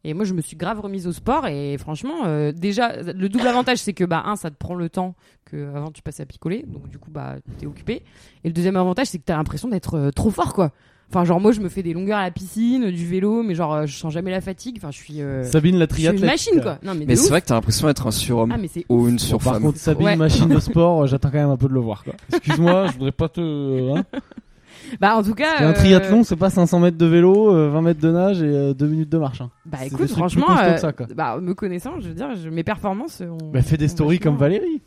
S2: Et moi je me suis grave remise au sport et franchement euh, déjà le double avantage c'est que bah un ça te prend le temps que avant tu passais à picoler donc du coup bah t'es occupé et le deuxième avantage c'est que t'as l'impression d'être euh, trop fort quoi. Enfin genre moi je me fais des longueurs à la piscine, du vélo mais genre euh, je sens jamais la fatigue. Enfin je suis, euh,
S1: Sabine la
S2: je suis une
S1: triathlète. euh.
S2: machine quoi. Non mais,
S5: Mais
S2: de
S5: c'est
S2: ouf.
S5: vrai que t'as l'impression d'être un surhomme
S2: Ah mais c'est
S5: ou une
S1: Bon, par
S5: surfemme.
S1: contre Sabine
S2: Ouais.
S1: machine de sport, euh, j'attends quand même un peu de le voir
S2: *laughs*
S1: quoi. Excuse-moi, je voudrais pas te. euh, *laughs* hein.
S2: bah en tout cas
S1: un
S2: euh,
S1: triathlon, c'est pas 500 mètres de vélo, euh, 20 mètres de nage et 2 minutes de marche. hein.
S2: Bah
S1: C'est
S2: écoute,
S1: des trucs plus
S2: franchement,
S1: costauds que
S2: euh,
S1: ça, quoi.
S2: bah, me connaissant, je veux dire, je- mes performances. euh, Ont,
S1: Bah fais des
S2: ont
S1: stories
S2: vachement-
S1: comme Valérie.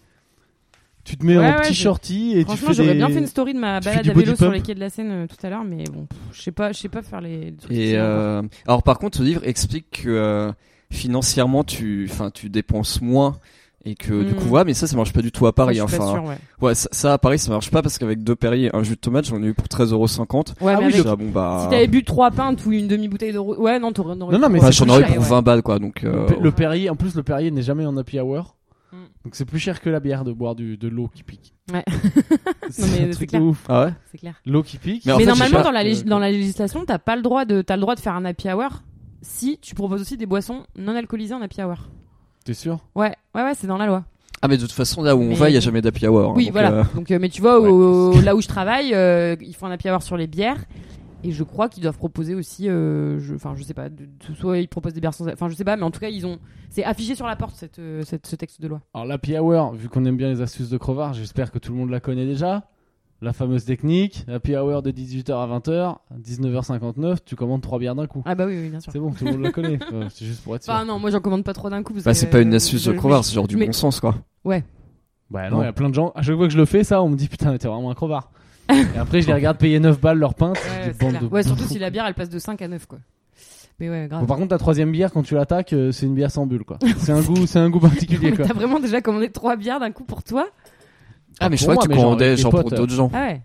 S1: Tu te mets
S2: Ouais,
S1: en
S2: ouais,
S1: petit
S2: je-
S1: shorty et tu
S2: Franchement,
S1: fais
S2: j'aurais
S1: des.
S2: bien fait une story de ma
S1: tu fais
S2: balade
S1: du
S2: à vélo
S1: body
S2: sur
S1: pump.
S2: les quais de la Seine euh, tout à l'heure, mais bon, pff, je sais pas, je sais pas faire les les trucs. qui
S5: Et
S2: sont encore.
S5: euh, alors par contre, le livre explique que euh, financièrement tu, enfin, tu dépenses moins et que du
S2: Mhm.
S5: coup, ouais, mais ça, ça marche pas du tout à Paris.
S2: Ouais, je suis pas
S5: enfin, hein.
S2: sûre, ouais.
S1: Ah
S5: ouais, ça, ça, à Paris, ça marche pas parce qu'avec deux Perrier, et un jus de tomate, j'en ai eu pour 13,50€.
S2: Ouais, mais
S1: oui,
S2: avec-
S5: Je dis, ah, bon bah,
S2: Si t'avais bu trois pintes ou une demi bouteille de ro- ouais, non, t'aurais
S1: Non, non, mais
S5: bah,
S1: c'est
S5: j'en
S1: plus
S5: aurais eu
S1: cher,
S5: pour 20 balles quoi. Donc, euh,
S1: Le Perrier, en plus le Perrier n'est jamais en happy hour.
S2: Mm.
S1: Donc c'est plus cher que la bière de boire du, de l'eau qui pique.
S2: Ouais.
S1: *laughs*
S2: *laughs*
S1: c'est
S2: mais
S1: un
S2: c'est
S1: truc de
S2: clair.
S1: ouf.
S5: ah ouais.
S2: c'est clair.
S1: L'eau qui pique.
S5: Mais en
S2: mais
S5: fait,
S2: normalement,
S5: j'ai
S2: dans la
S1: que-
S2: lég- dans la législation, t'as pas le droit de t'as le droit de faire un happy hour si tu proposes aussi des boissons non alcoolisées en happy hour.
S1: T'es sûr
S2: Ouais, ouais, ouais, c'est dans la loi.
S5: Ah mais de toute façon, là où on
S2: Mais-
S5: va, il y a jamais d'happy hour. hein,
S2: Oui,
S5: donc,
S2: voilà.
S5: euh,
S2: Donc, euh, mais tu vois,
S1: Ouais.
S2: au- là où je travaille, euh, ils font un happy hour sur les bières. Et je crois qu'ils doivent proposer aussi, euh, je- enfin, je, sais pas, de- de- soit ils proposent des bières sans, enfin, je sais pas, mais en tout cas, ils ont, c'est affiché sur la porte cette, euh, cette- ce texte de loi.
S1: Alors l'happy hour, vu qu'on aime bien les astuces de crevard, j'espère que tout le monde la connaît déjà. La fameuse technique, happy hour de 18h à 20h, 19h59, tu commandes trois bières d'un coup.
S2: Ah bah oui, oui, bien sûr. Bah,
S1: C'est bon, tout le monde la
S2: *laughs*
S1: connaît. Enfin, c'est juste pour être sûr.
S2: Enfin non, moi j'en commande pas trois d'un coup. parce
S5: Bah,
S2: que,
S5: c'est pas une
S2: euh,
S5: astuce
S2: je-
S5: de
S2: je-
S5: crevard, c'est genre du
S2: mais-
S5: bon sens quoi.
S1: Bah non, il y a plein de gens. À chaque fois que je le fais, ça, on me dit putain, mais t'es vraiment un crevard. Et après, je les regarde payer 9 balles leur pinte.
S2: Ouais,
S1: je
S2: ouais,
S1: dis,
S2: c'est
S1: bande
S2: clair.
S1: de
S2: Ouais, surtout
S1: bouffons.
S2: si la bière elle passe de 5 à 9 quoi. Mais ouais, grave.
S1: Bon, par contre, ta troisième bière, quand tu l'attaques, euh, c'est une bière sans bulle, quoi. C'est un goût, c'est un goût particulier,
S2: *laughs* Mais
S1: quoi.
S2: T'as vraiment déjà commandé trois bières d'un coup pour toi
S5: Ah mais je
S1: pour
S5: crois que
S1: moi,
S5: tu
S1: mais genre
S5: commandais
S1: avec des
S5: genre pour
S1: potes,
S5: d'autres gens.
S2: Ah ouais.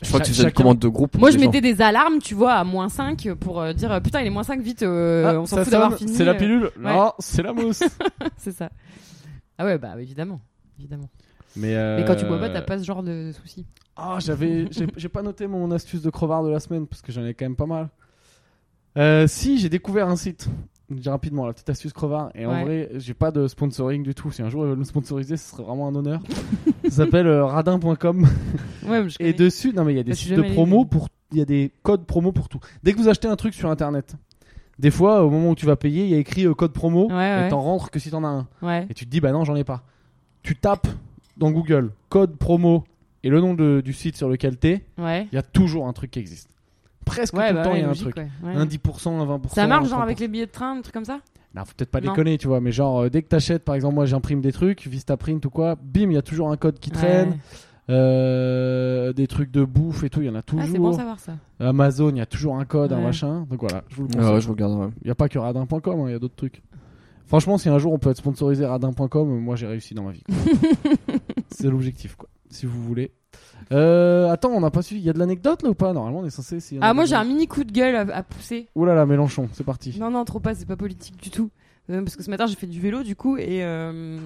S5: Je crois que tu
S1: Cha-
S5: faisais une
S1: chacun-
S5: commande de groupe. pour
S2: Moi je
S5: des gens.
S2: mettais des alarmes, tu vois, à moins 5 pour euh, dire euh, putain il est moins 5 vite, euh,
S1: Ah,
S2: on s'en
S1: ça
S2: fout d'avoir
S1: sonne,
S2: fini.
S1: C'est la
S2: euh.
S1: pilule.
S2: ouais.
S1: Non, c'est la mousse.
S2: C'est ça. Ah ouais, bah évidemment. Évidemment.
S1: Mais, euh,
S2: Mais quand tu bois pas, t'as pas ce genre de soucis.
S1: Ah, j'avais, j'ai j'ai pas noté mon astuce de crevard de la semaine parce que j'en ai quand même pas mal. Euh, si, j'ai découvert un site. J'ai rapidement la petite astuce crevard et en
S2: Ouais.
S1: vrai, j'ai pas de sponsoring du tout. Si un jour ils veulent me sponsoriser, ce serait vraiment un honneur. ça s'appelle euh, radin.com
S2: Ouais, mais
S1: et
S2: je connais.
S1: dessus, non mais il y a des
S2: Je suis
S1: sites de
S2: jamais allée.
S1: promo pour, il y a des codes promo pour tout. Dès que vous achetez un truc sur internet, des fois au moment où tu vas payer, il y a écrit euh, code promo
S2: Ouais,
S1: et
S2: ouais.
S1: t'en rentres que si t'en as un.
S2: ouais.
S1: Et tu te dis, bah non, j'en ai pas. Tu tapes dans Google code promo et le nom de- du site sur lequel t'es,
S2: Ouais.
S1: il y a toujours un truc qui existe. Presque
S2: Ouais,
S1: tout le
S2: bah
S1: temps, il
S2: ouais,
S1: y a un
S2: logique,
S1: truc.
S2: ouais, ouais.
S1: Un 10%, un 20%.
S2: Ça marche genre
S1: un
S2: avec les billets de train, un truc comme ça
S1: Non, faut peut-être pas
S2: Non.
S1: déconner, tu vois, mais genre, euh, dès que t'achètes, par exemple, moi j'imprime des trucs, Vistaprint ou quoi, bim, il y a toujours un code qui
S2: Ouais.
S1: traîne, euh, des trucs de bouffe et tout, il y en a
S2: Ah, c'est bon
S1: toujours.
S2: de savoir ça.
S1: Amazon, il y a toujours un code, un
S2: Ouais.
S1: machin. Donc voilà, je vous le
S5: Ah
S1: conseille.
S5: ouais, je regarde. ouais.
S1: Il n'y a pas que radin.com, hein, il y a d'autres trucs. Franchement, si un jour on
S2: *laughs*
S1: peut être sponsorisé radin.com, euh, moi j'ai réussi dans ma vie. quoi. C'est l'objectif, quoi. Si vous voulez, Euh, attends, on n'a pas suivi. Il y a de l'anecdote là ou pas Normalement, on est censé. essayer
S2: Ah, moi j'ai un
S1: un.
S2: mini coup de gueule à- à pousser.
S1: Ouh là là, Mélenchon, c'est parti.
S2: Non, non, trop pas, c'est pas politique du tout. Euh, Parce que ce matin, j'ai fait du vélo, du coup, et, euh,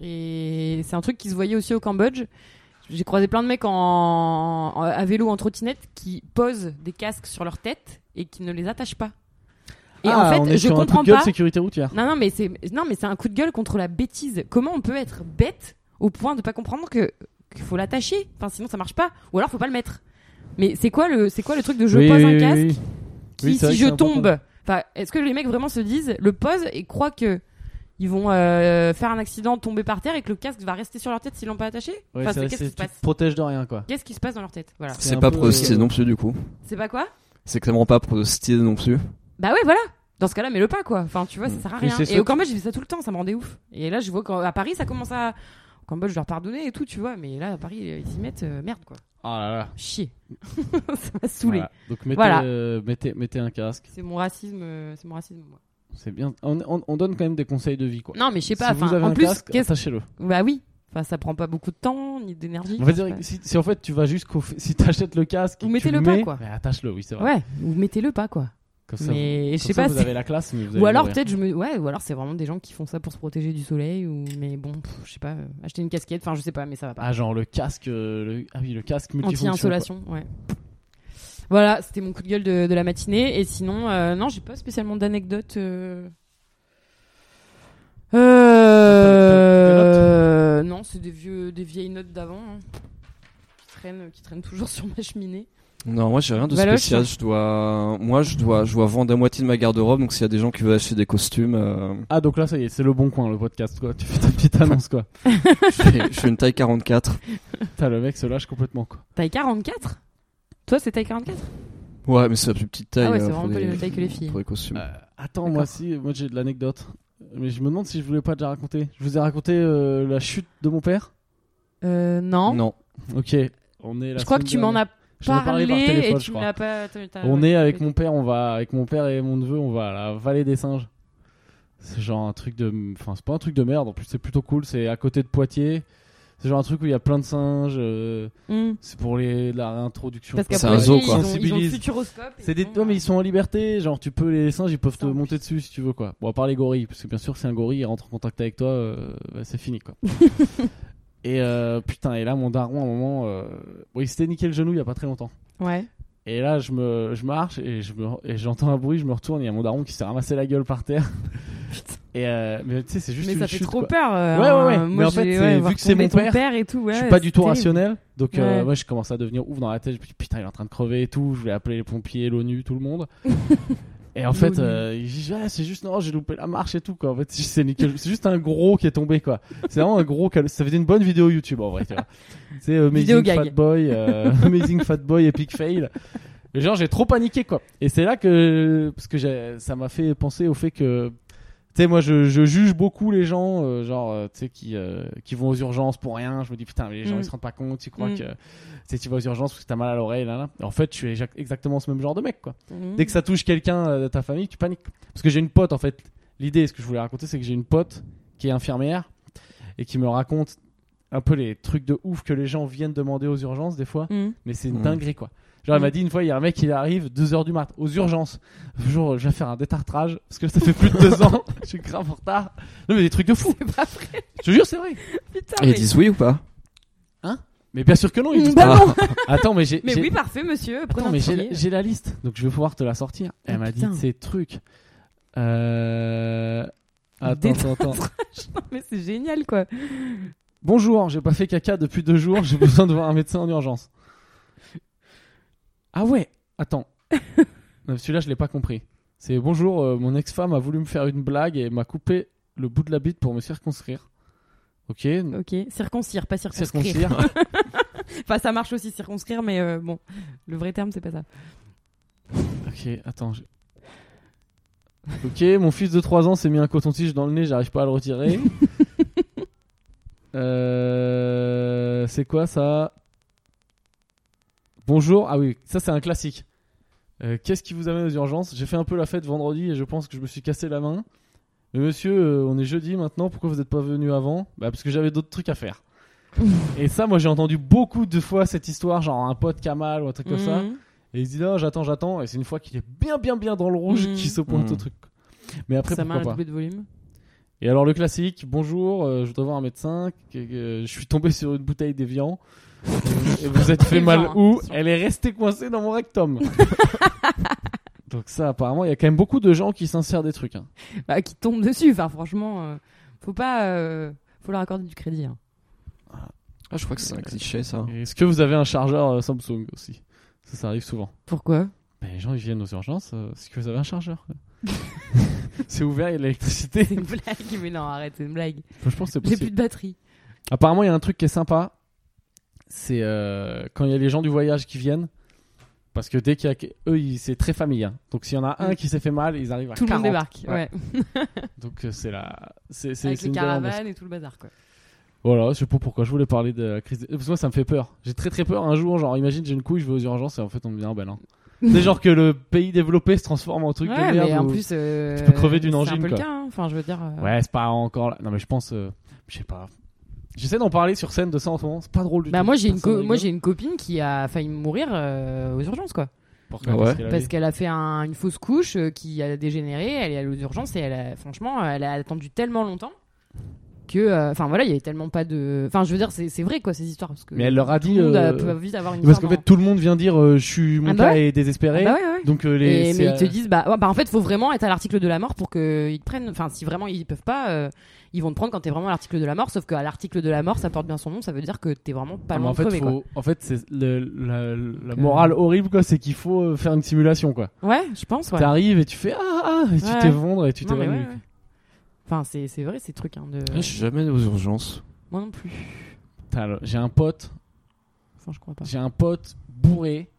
S2: et c'est un truc qui se voyait aussi au Cambodge. J'ai croisé plein de mecs en, en- à vélo, en trottinette, qui posent des casques sur leur tête et qui ne les attachent pas. Et
S1: ah,
S2: en
S1: on
S2: fait,
S1: est
S2: je
S1: sur un coup
S2: comprends
S1: de gueule
S2: pas.
S1: sécurité routière.
S2: Non, non, mais c'est, non, mais c'est un coup de gueule contre la bêtise. Comment on peut être bête au point de pas comprendre que qu'il faut l'attacher Enfin, sinon ça marche pas. Ou alors faut pas le mettre. Mais c'est quoi le, c'est quoi le truc de je
S1: Oui,
S2: pose
S1: oui,
S2: un
S1: oui,
S2: casque
S1: oui.
S2: qui,
S1: Oui, c'est vrai
S2: si
S1: que
S2: je
S1: c'est important.
S2: tombe, enfin, est-ce que les mecs vraiment se disent, le pose et croient que ils vont euh, faire un accident, tomber par terre et que le casque va rester sur leur tête s'ils l'ont pas attaché
S1: Ouais, c'est
S2: Enfin, c'est
S1: vrai,
S2: qu'est-ce qui
S1: c'est-
S2: se
S1: tu
S2: passe
S1: te protèges de rien quoi.
S2: Qu'est-ce qui se passe dans leur tête Voilà.
S1: C'est
S5: C'est
S1: un
S5: pas
S1: peu,
S5: pronosticé
S1: euh,
S5: non plus du coup.
S2: C'est pas quoi
S5: C'est clairement pas pronosticé non plus.
S2: Bah ouais, voilà. Dans ce cas-là, mets-le pas quoi. Enfin, tu vois, ça
S5: Mm.
S2: sert à
S1: Oui,
S2: rien.
S1: c'est
S2: Et
S1: sûr.
S2: au Cambodge, j'ai fait ça tout le temps, ça me rendait ouf. Et là, je vois qu'à Paris, ça commence à. Au Cambodge, je leur pardonnais et tout, tu vois. Mais là, à Paris, ils s'y mettent, euh, merde quoi.
S1: Ah là là.
S2: Chier. *laughs* ça m'a saoulé.
S1: Voilà. Donc mettez,
S2: Voilà.
S1: euh, mettez, mettez un casque.
S2: C'est mon racisme, euh, c'est mon racisme, moi.
S1: C'est bien. On, on- on donne quand même des conseils de vie quoi.
S2: Non, mais je sais pas.
S1: si vous
S2: enfin,
S1: avez
S2: en
S1: un
S2: plus,
S1: casque,
S2: qu'est-ce
S1: attachez-le.
S2: Bah oui. Enfin, ça prend pas beaucoup de temps ni d'énergie.
S1: On va
S2: Enfin,
S1: dire que si, si en fait tu vas jusqu'au, f- si t'achètes le casque,
S2: Ou
S1: et que tu
S2: mettez-le pas,
S1: mets,
S2: quoi.
S1: mais attache-le, oui c'est vrai.
S2: Ouais, ou mettez-le pas quoi.
S1: Comme ça, vous,
S2: Mais
S1: comme
S2: je sais
S1: ça,
S2: pas.
S1: vous
S2: c'est-
S1: avez la classe, mais vous allez
S2: Ou alors
S1: mourir.
S2: peut-être je me ouais, ou alors c'est vraiment des gens qui font ça pour se protéger du soleil ou mais bon, pff, je sais pas, euh, acheter une casquette, enfin je sais pas mais ça va pas.
S1: Ah genre le casque, euh, le... ah oui le casque multifonction.
S2: Anti-insolation, ouais. Voilà, c'était mon coup de gueule de, de la matinée et sinon euh, non, j'ai pas spécialement d'anecdotes euh... Euh... non, c'est des vieux des vieilles notes d'avant hein, qui traînent qui traînent toujours *laughs* sur ma cheminée.
S5: Non, moi j'ai rien de
S2: Valoche.
S5: spécial. Je dois, moi je dois, je dois vendre la moitié de ma garde-robe. Donc s'il y a des gens qui veulent acheter des
S2: *laughs*
S5: costumes, euh,
S1: quoi. Ah donc là ça y est, c'est le bon coin le podcast quoi. Tu fais ta petite annonce quoi.
S5: je, fais, je fais une taille 44.
S1: T'as le mec se lâche complètement quoi.
S2: Taille 44 Toi, c'est taille 44
S5: Ouais, mais c'est la plus petite taille.
S2: Ah ouais, c'est
S5: euh,
S2: vraiment
S5: pour
S2: pas
S5: les-
S2: la même taille que les filles.
S5: Pour les costumes.
S1: Euh, attends moi si, moi j'ai de l'anecdote, mais je me demande si je voulais pas déjà raconter. Je vous ai raconté euh, la chute de mon père.
S2: Euh, non.
S5: non.
S1: Ok. On est. La
S2: Je crois que tu m'en as
S1: J'en ai
S2: parlé
S1: parlé par téléphone,
S2: et
S1: je
S2: tu me
S1: crois.
S2: l'as pas. t'as- t'as-
S1: On est avec
S2: t'as-
S1: mon père, on va avec mon père et mon neveu, on va à la vallée des singes. C'est genre un truc de, enfin c'est pas un truc de merde. En plus c'est plutôt cool. C'est à côté de Poitiers. C'est genre un truc où il y a plein de singes. euh,
S2: Hmm.
S1: c'est pour les la réintroduction.
S2: Parce
S5: C'est
S2: qu'après,
S5: un zoo,
S2: Ils ont, ils ont
S5: quoi.
S2: le
S1: Sensibilise.
S2: futuroscope. et
S1: C'est des...
S2: bon,
S1: Non, mais ils sont en liberté, genre tu peux les singes, ils peuvent te
S2: Ça, en
S1: monter dessus si tu veux quoi. Bon, à part les gorilles, parce que bien sûr, si un gorille il rentre en contact avec toi, euh, bah, c'est fini
S2: *laughs*
S1: quoi. et euh, putain, et là mon daron à un moment, euh... bon, il s'était niqué le genou il y a pas très longtemps.
S2: Ouais.
S1: Et là, je me, je marche et je me, et j'entends un bruit, je me retourne, il y a mon daron qui s'est ramassé la gueule par
S2: *laughs*
S1: terre. et euh, mais tu sais, c'est juste
S2: Mais
S1: une
S2: ça fait
S1: chute,
S2: trop
S1: quoi.
S2: peur. euh,
S1: Ouais, ouais, ouais.
S2: euh,
S1: Mais
S2: Moi,
S1: en fait,
S2: j'ai-
S1: c'est-
S2: ouais,
S1: vu
S2: voir
S1: que c'est mon
S2: tomber ton
S1: père,
S2: et tout.
S1: je
S2: ouais,
S1: suis pas du
S2: c'est
S1: tout
S2: terrible.
S1: rationnel, donc euh,
S2: Ouais.
S1: moi je commence à devenir ouf dans la tête. Je me dis putain, il est en train de crever et tout. Je vais appeler les pompiers, l'ONU, tout le
S2: *laughs*
S1: monde. et en fait,
S2: L'ONU.
S1: euh, il dit ouais, c'est juste non, j'ai loupé la marche et tout quoi. En fait, c'est nickel. C'est juste un gros qui est tombé quoi. C'est vraiment un gros. cal- Ça faisait une bonne vidéo YouTube en vrai. tu vois. C'est euh,
S2: Vidéo
S1: Amazing
S2: gag.
S1: Fat Boy,
S2: *laughs*
S1: euh, Amazing Fat Boy, Epic Fail. Et genre j'ai trop paniqué quoi. Et c'est là que parce que j'ai- ça m'a fait penser au fait que tu sais, moi, je, je juge beaucoup les gens, euh, genre, euh, tu sais, qui, euh, qui vont aux urgences pour rien. Je me dis, putain, mais les gens,
S2: Mm.
S1: ils se rendent pas compte, ils croient
S2: Mm.
S1: que tu sais, tu vas aux urgences parce que t'as mal à l'oreille, là, là. Et En fait, je suis exa- exactement ce même genre de mec, quoi.
S2: Mhm.
S1: Dès que ça touche quelqu'un euh, de ta famille, tu paniques. Parce que j'ai une pote, en fait. L'idée, ce que je voulais raconter, c'est que j'ai une pote qui est infirmière et qui me raconte un peu les trucs de ouf que les gens viennent demander aux urgences, des fois
S2: Mhm.
S1: mais c'est une
S5: Mm.
S1: dinguerie quoi. Genre, elle
S2: Mm.
S1: m'a dit une fois, il y a un mec, il arrive 2h du mat, aux urgences. Un jour, je vais faire un détartrage, parce que ça fait plus de
S2: *laughs*
S1: 2 ans, je suis grave en retard. Non, mais des trucs de fou.
S2: C'est pas vrai.
S1: Je te jure, c'est vrai.
S2: Putain.
S5: Et
S2: mais-
S5: ils disent oui ou pas
S1: Mais bien sûr que non, ils disent
S2: Bah
S1: pas.
S2: non.
S1: Ah. Attends, mais j'ai.
S2: Mais
S1: j'ai-
S2: oui, parfait, monsieur.
S1: Attends,
S2: prenez
S1: mais
S2: un
S1: j'ai,
S2: premier.
S1: j'ai la liste, donc je vais pouvoir te la sortir.
S2: Ah,
S1: elle m'a dit
S2: putain.
S1: ces trucs. Euh. Attends, attends, attends.
S2: Mais c'est génial, quoi.
S1: Bonjour, j'ai pas fait caca depuis deux jours, j'ai *laughs* besoin de voir un médecin en urgence. Ah ouais, attends. Non, Celui-là, je l'ai pas compris. C'est bonjour, euh, mon ex-femme a voulu me faire une blague et m'a coupé le bout de la bite pour me circonscrire. Ok,
S2: Ok. Circoncire, pas Euh, circonscrire.
S1: circonscrire.
S2: Enfin, ça marche aussi circonscrire, mais euh, bon, le vrai terme, c'est pas ça.
S1: ok, attends. j'ai- Ok, mon fils de 3 ans s'est mis un coton-tige dans le nez, j'arrive pas à le retirer. Euh, c'est quoi ça Bonjour, ah oui, ça c'est un classique. Euh, Qu'est-ce qui vous amène aux urgences J'ai fait un peu la fête vendredi et je pense que je me suis cassé la main. Mais monsieur, euh, on est jeudi maintenant, pourquoi vous n'êtes pas venu avant Bah parce que j'avais d'autres trucs à faire. Et ça, moi, j'ai entendu beaucoup de fois cette histoire, genre un pote qui a mal ou un truc comme ça.
S2: Mhm.
S1: Et il se dit non, j'attends, j'attends. Et c'est une fois qu'il est bien, bien, bien dans le rouge
S2: Mhm.
S1: *laughs* qu'il se pointe
S5: Mhm.
S1: au truc. Mais après,
S2: Ça m'a un
S1: pourquoi pas
S2: doublé de volume.
S1: Et alors, le classique bonjour, euh, je voudrais voir un médecin. que- que- je suis tombé sur une bouteille d'évian. et vous êtes fait
S2: Évian,
S1: mal
S2: hein,
S1: où
S2: attention.
S1: Elle est restée coincée dans mon
S2: *laughs*
S1: rectum. Donc, ça, apparemment, il y a quand même beaucoup de gens qui s'insèrent des trucs. hein.
S2: Bah, qui tombe dessus. Enfin, franchement, euh, faut pas. euh, faut leur accorder du crédit. hein.
S5: Ah, je crois que c'est un cliché
S2: Mm.
S5: ça.
S1: Et Est-ce que vous avez un chargeur euh, Samsung aussi Ça, ça arrive souvent.
S2: Pourquoi
S1: Ben, les gens ils viennent aux urgences, euh, est-ce que vous avez un
S2: *laughs*
S1: chargeur *laughs* C'est ouvert, il y a de l'électricité.
S2: C'est une blague. Mais non, arrête, c'est une blague.
S1: Je pense que c'est
S2: J'ai
S1: possible.
S2: plus de batterie.
S1: Apparemment, il y a un truc qui est sympa. C'est euh, quand il y a les gens du voyage qui viennent. Parce que dès qu'il y a. Eux, ils- c'est très familier. hein. Donc s'il y en a un qui s'est fait mal, ils arrivent à
S2: Mm. Tout le
S1: 40.
S2: monde débarque.
S1: Ouais.
S2: Ouais.
S1: Donc euh, c'est la. C'est, c'est,
S2: Avec
S1: c'est
S2: les
S1: une bonne ambiance.
S2: caravanes et tout le bazar, quoi.
S1: Voilà, je sais pas pourquoi je voulais parler de la crise. de- Parce que moi, ça me fait peur. J'ai très très peur un jour. Genre, imagine, j'ai une couille, je vais aux urgences et en fait, on me dit, ah
S2: *laughs*
S1: ben non. c'est genre que le pays développé se transforme en truc
S2: ouais,
S1: de merde.
S2: mais en
S1: où-
S2: plus, euh,
S1: tu peux crever d'une
S2: C'est
S1: angine,
S2: un peu
S1: quoi.
S2: le cas, hein. enfin, je veux dire. euh,
S1: Ouais, c'est pas encore là. Non, mais je pense. euh, je sais pas. J'essaie d'en parler sur scène de ça en ce moment. C'est pas drôle du
S2: Bah
S1: tout.
S2: moi j'ai une
S1: Personne
S2: co- moi
S1: rigole.
S2: j'ai une copine qui a failli mourir euh, aux urgences quoi
S1: Pourquoi
S5: Ah ouais.
S1: Parce qu'elle a
S2: parce
S1: dit-
S2: qu'elle a fait un- une fausse couche euh, qui a dégénéré elle est allée aux urgences et elle a, franchement elle a attendu tellement longtemps que euh, enfin voilà il y avait tellement pas de enfin je veux dire c'est c'est vrai quoi ces histoires parce que
S1: Mais elle leur a
S2: tout
S1: dit.
S2: le monde
S1: euh,
S2: euh, peut vite avoir une
S1: Parce
S2: histoire
S1: qu'en fait, tout le monde vient dire euh, je suis mon
S2: Ah bah
S1: cas est désespéré.
S2: dans- Ah bah ouais, ouais.
S1: Donc euh, les.
S2: Et- mais
S1: c'est,
S2: ils te
S1: euh,
S2: disent bah, ouais, bah en fait faut vraiment être à l'article de la mort pour qu'ils te prennent enfin si vraiment ils peuvent pas euh, ils vont te prendre quand t'es vraiment à l'article de la mort sauf qu'à l'article de la mort ça porte bien son nom ça veut dire que t'es vraiment pas
S1: ah, mais
S2: loin
S1: en
S2: de
S1: fait,
S2: crever,
S1: faut- en fait, c'est le- la, la
S2: Donc, euh,
S1: morale horrible, quoi, c'est qu'il faut euh, faire une simulation, quoi.
S2: quoi. ouais je pense ouais
S1: T'arrives et tu fais ah ah, et tu
S2: Ouais.
S1: t'évondres et tu
S2: Non, mais
S1: t'évanouis.
S2: ouais, ouais. Enfin, c'est c'est vrai ces trucs. Hein, de...
S5: Ah, Je suis jamais allé aux urgences.
S2: Moi non plus.
S1: Putain, alors, J'ai un pote,
S2: Enfin, je crois pas.
S1: j'ai un pote bourré.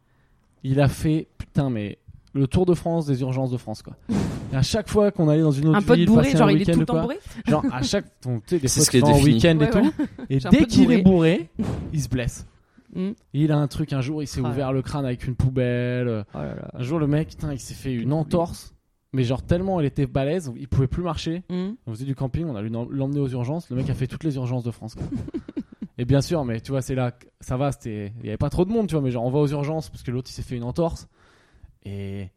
S1: Il a fait putain mais le tour de France des urgences de France
S2: *laughs*
S1: quoi. Et à chaque fois qu'on allait dans une autre
S2: Un pote
S1: ville,
S2: bourré,
S1: passer un
S2: genre il est
S1: week-end
S2: tout
S1: ou
S2: le temps
S1: quoi,
S2: bourré
S1: Genre à chaque ton, tu sais, des
S5: C'est
S1: fois
S5: ce qui est
S1: tu vas en
S5: défini.
S1: week-end et
S2: Ouais,
S1: tout. Et
S2: J'ai un
S1: dès
S2: pote
S1: qu'il
S2: bourré.
S1: est bourré,
S2: *laughs*
S1: il se blesse.
S2: Mm.
S1: Il a un truc un jour, il s'est
S2: Ah ouais.
S1: ouvert le crâne avec une poubelle.
S2: Oh là là.
S1: Un jour le mec, putain, il s'est fait une entorse. Mais genre tellement elle était balèze, il pouvait plus marcher.
S2: Hmm.
S1: On faisait du camping, on a l'emmener aux urgences. Le mec a fait toutes les urgences de France.
S2: *laughs*
S1: quoi. et bien sûr, mais tu vois, c'est là, que- ça va, c'était, il y avait pas trop de monde, tu vois. Mais genre, on va aux urgences parce que l'autre il s'est fait une entorse. Et,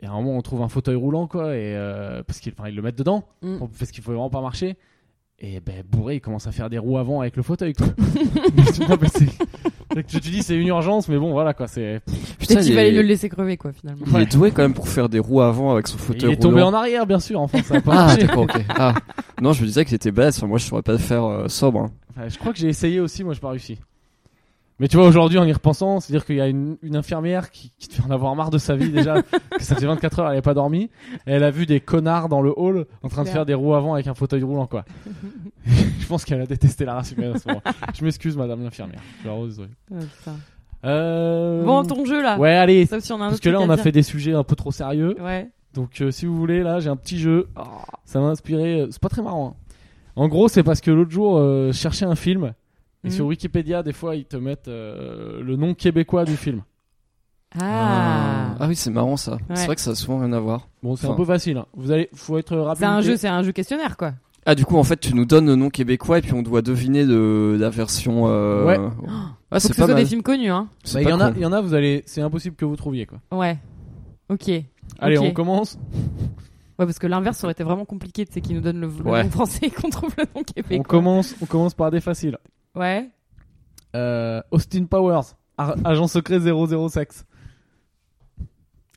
S1: et à un moment, on trouve un fauteuil roulant, quoi, et euh, parce qu'il, enfin, ils le mettent dedans
S2: Hmm.
S1: pour- parce qu'il faut vraiment pas marcher. Et ben bourré, il commence à faire des roues avant avec le fauteuil. Quoi. *laughs* Mais tu vois, mais c'est- donc, je te dis, c'est une urgence, mais bon, voilà quoi. C'est.
S2: Peut-être
S5: il,
S2: qu'il
S5: est...
S2: fallait le laisser crever, quoi, finalement.
S5: il est doué quand même pour faire des roues avant avec son
S1: Et Il
S5: fauteuil
S1: est tombé
S5: roulant.
S1: en arrière, bien sûr. Enfin, ça a pas
S2: *laughs*
S5: Ah,
S1: marché.
S5: d'accord, ok. Ah. Non, je me disais que c'était balèze. Enfin, moi, je saurais pas le faire euh, sobre. hein.
S1: *laughs* Enfin, je crois que j'ai essayé aussi, moi j'ai pas réussi. Mais tu vois, aujourd'hui, en y repensant, c'est-à-dire qu'il y a une, une infirmière qui, qui devait en avoir marre de sa vie déjà, *laughs* que ça fait 24 heures, elle n'avait pas dormi, et elle a vu des connards dans le hall en train de
S2: Clair.
S1: faire des roues avant avec un fauteuil roulant, quoi. *laughs* je pense qu'elle a détesté la race humaine à ce moment. Je m'excuse, madame l'infirmière. Je suis vraiment désolé.
S2: Ah, putain.
S1: Euh...
S2: Bon, ton jeu là.
S1: Ouais, allez,
S2: Sauf si on a un
S1: parce
S2: autre
S1: que là,
S2: truc
S1: on
S2: à
S1: a
S2: dire.
S1: fait des sujets un peu trop sérieux.
S2: Ouais.
S1: Donc euh, si vous voulez, là j'ai un petit jeu.
S2: Oh.
S1: Ça m'a inspiré. euh, C'est pas très marrant. hein. En gros, c'est parce que l'autre jour, euh, je cherchais un film. Et
S2: Mhm.
S1: sur Wikipédia, des fois, ils te mettent euh, le nom québécois du film.
S2: Ah.
S5: Ah oui, c'est marrant ça. C'est
S2: Ouais.
S5: vrai que ça a souvent rien à voir.
S1: Bon, c'est un
S5: Enfin.
S1: peu facile. hein. Vous allez, faut être rapide.
S2: C'est un jeu, c'est un jeu questionnaire, quoi.
S5: Ah, du coup, en fait, tu nous donnes le nom québécois et puis on doit deviner de la version. euh,
S1: Ouais.
S2: *gasps*
S5: Ah,
S2: Faut que ce
S5: c'est pas
S2: soit
S5: mal.
S2: des films connus, hein.
S5: C'est
S1: Bah, Il y
S5: pas
S1: en a,
S5: con.
S1: il y en a. Vous allez, c'est impossible que vous trouviez quoi.
S2: Ouais. Ok. Ouais,
S1: Allez,
S2: Ok.
S1: on commence.
S2: parce que l'inverse ça aurait été vraiment compliqué, tu sais, qu'ils nous donnent le, le
S5: Ouais.
S2: nom français et qu'on trouve le nom québécois.
S1: on commence. On commence par des faciles.
S2: Ouais.
S1: Euh, Austin Powers, ar- agent secret 006.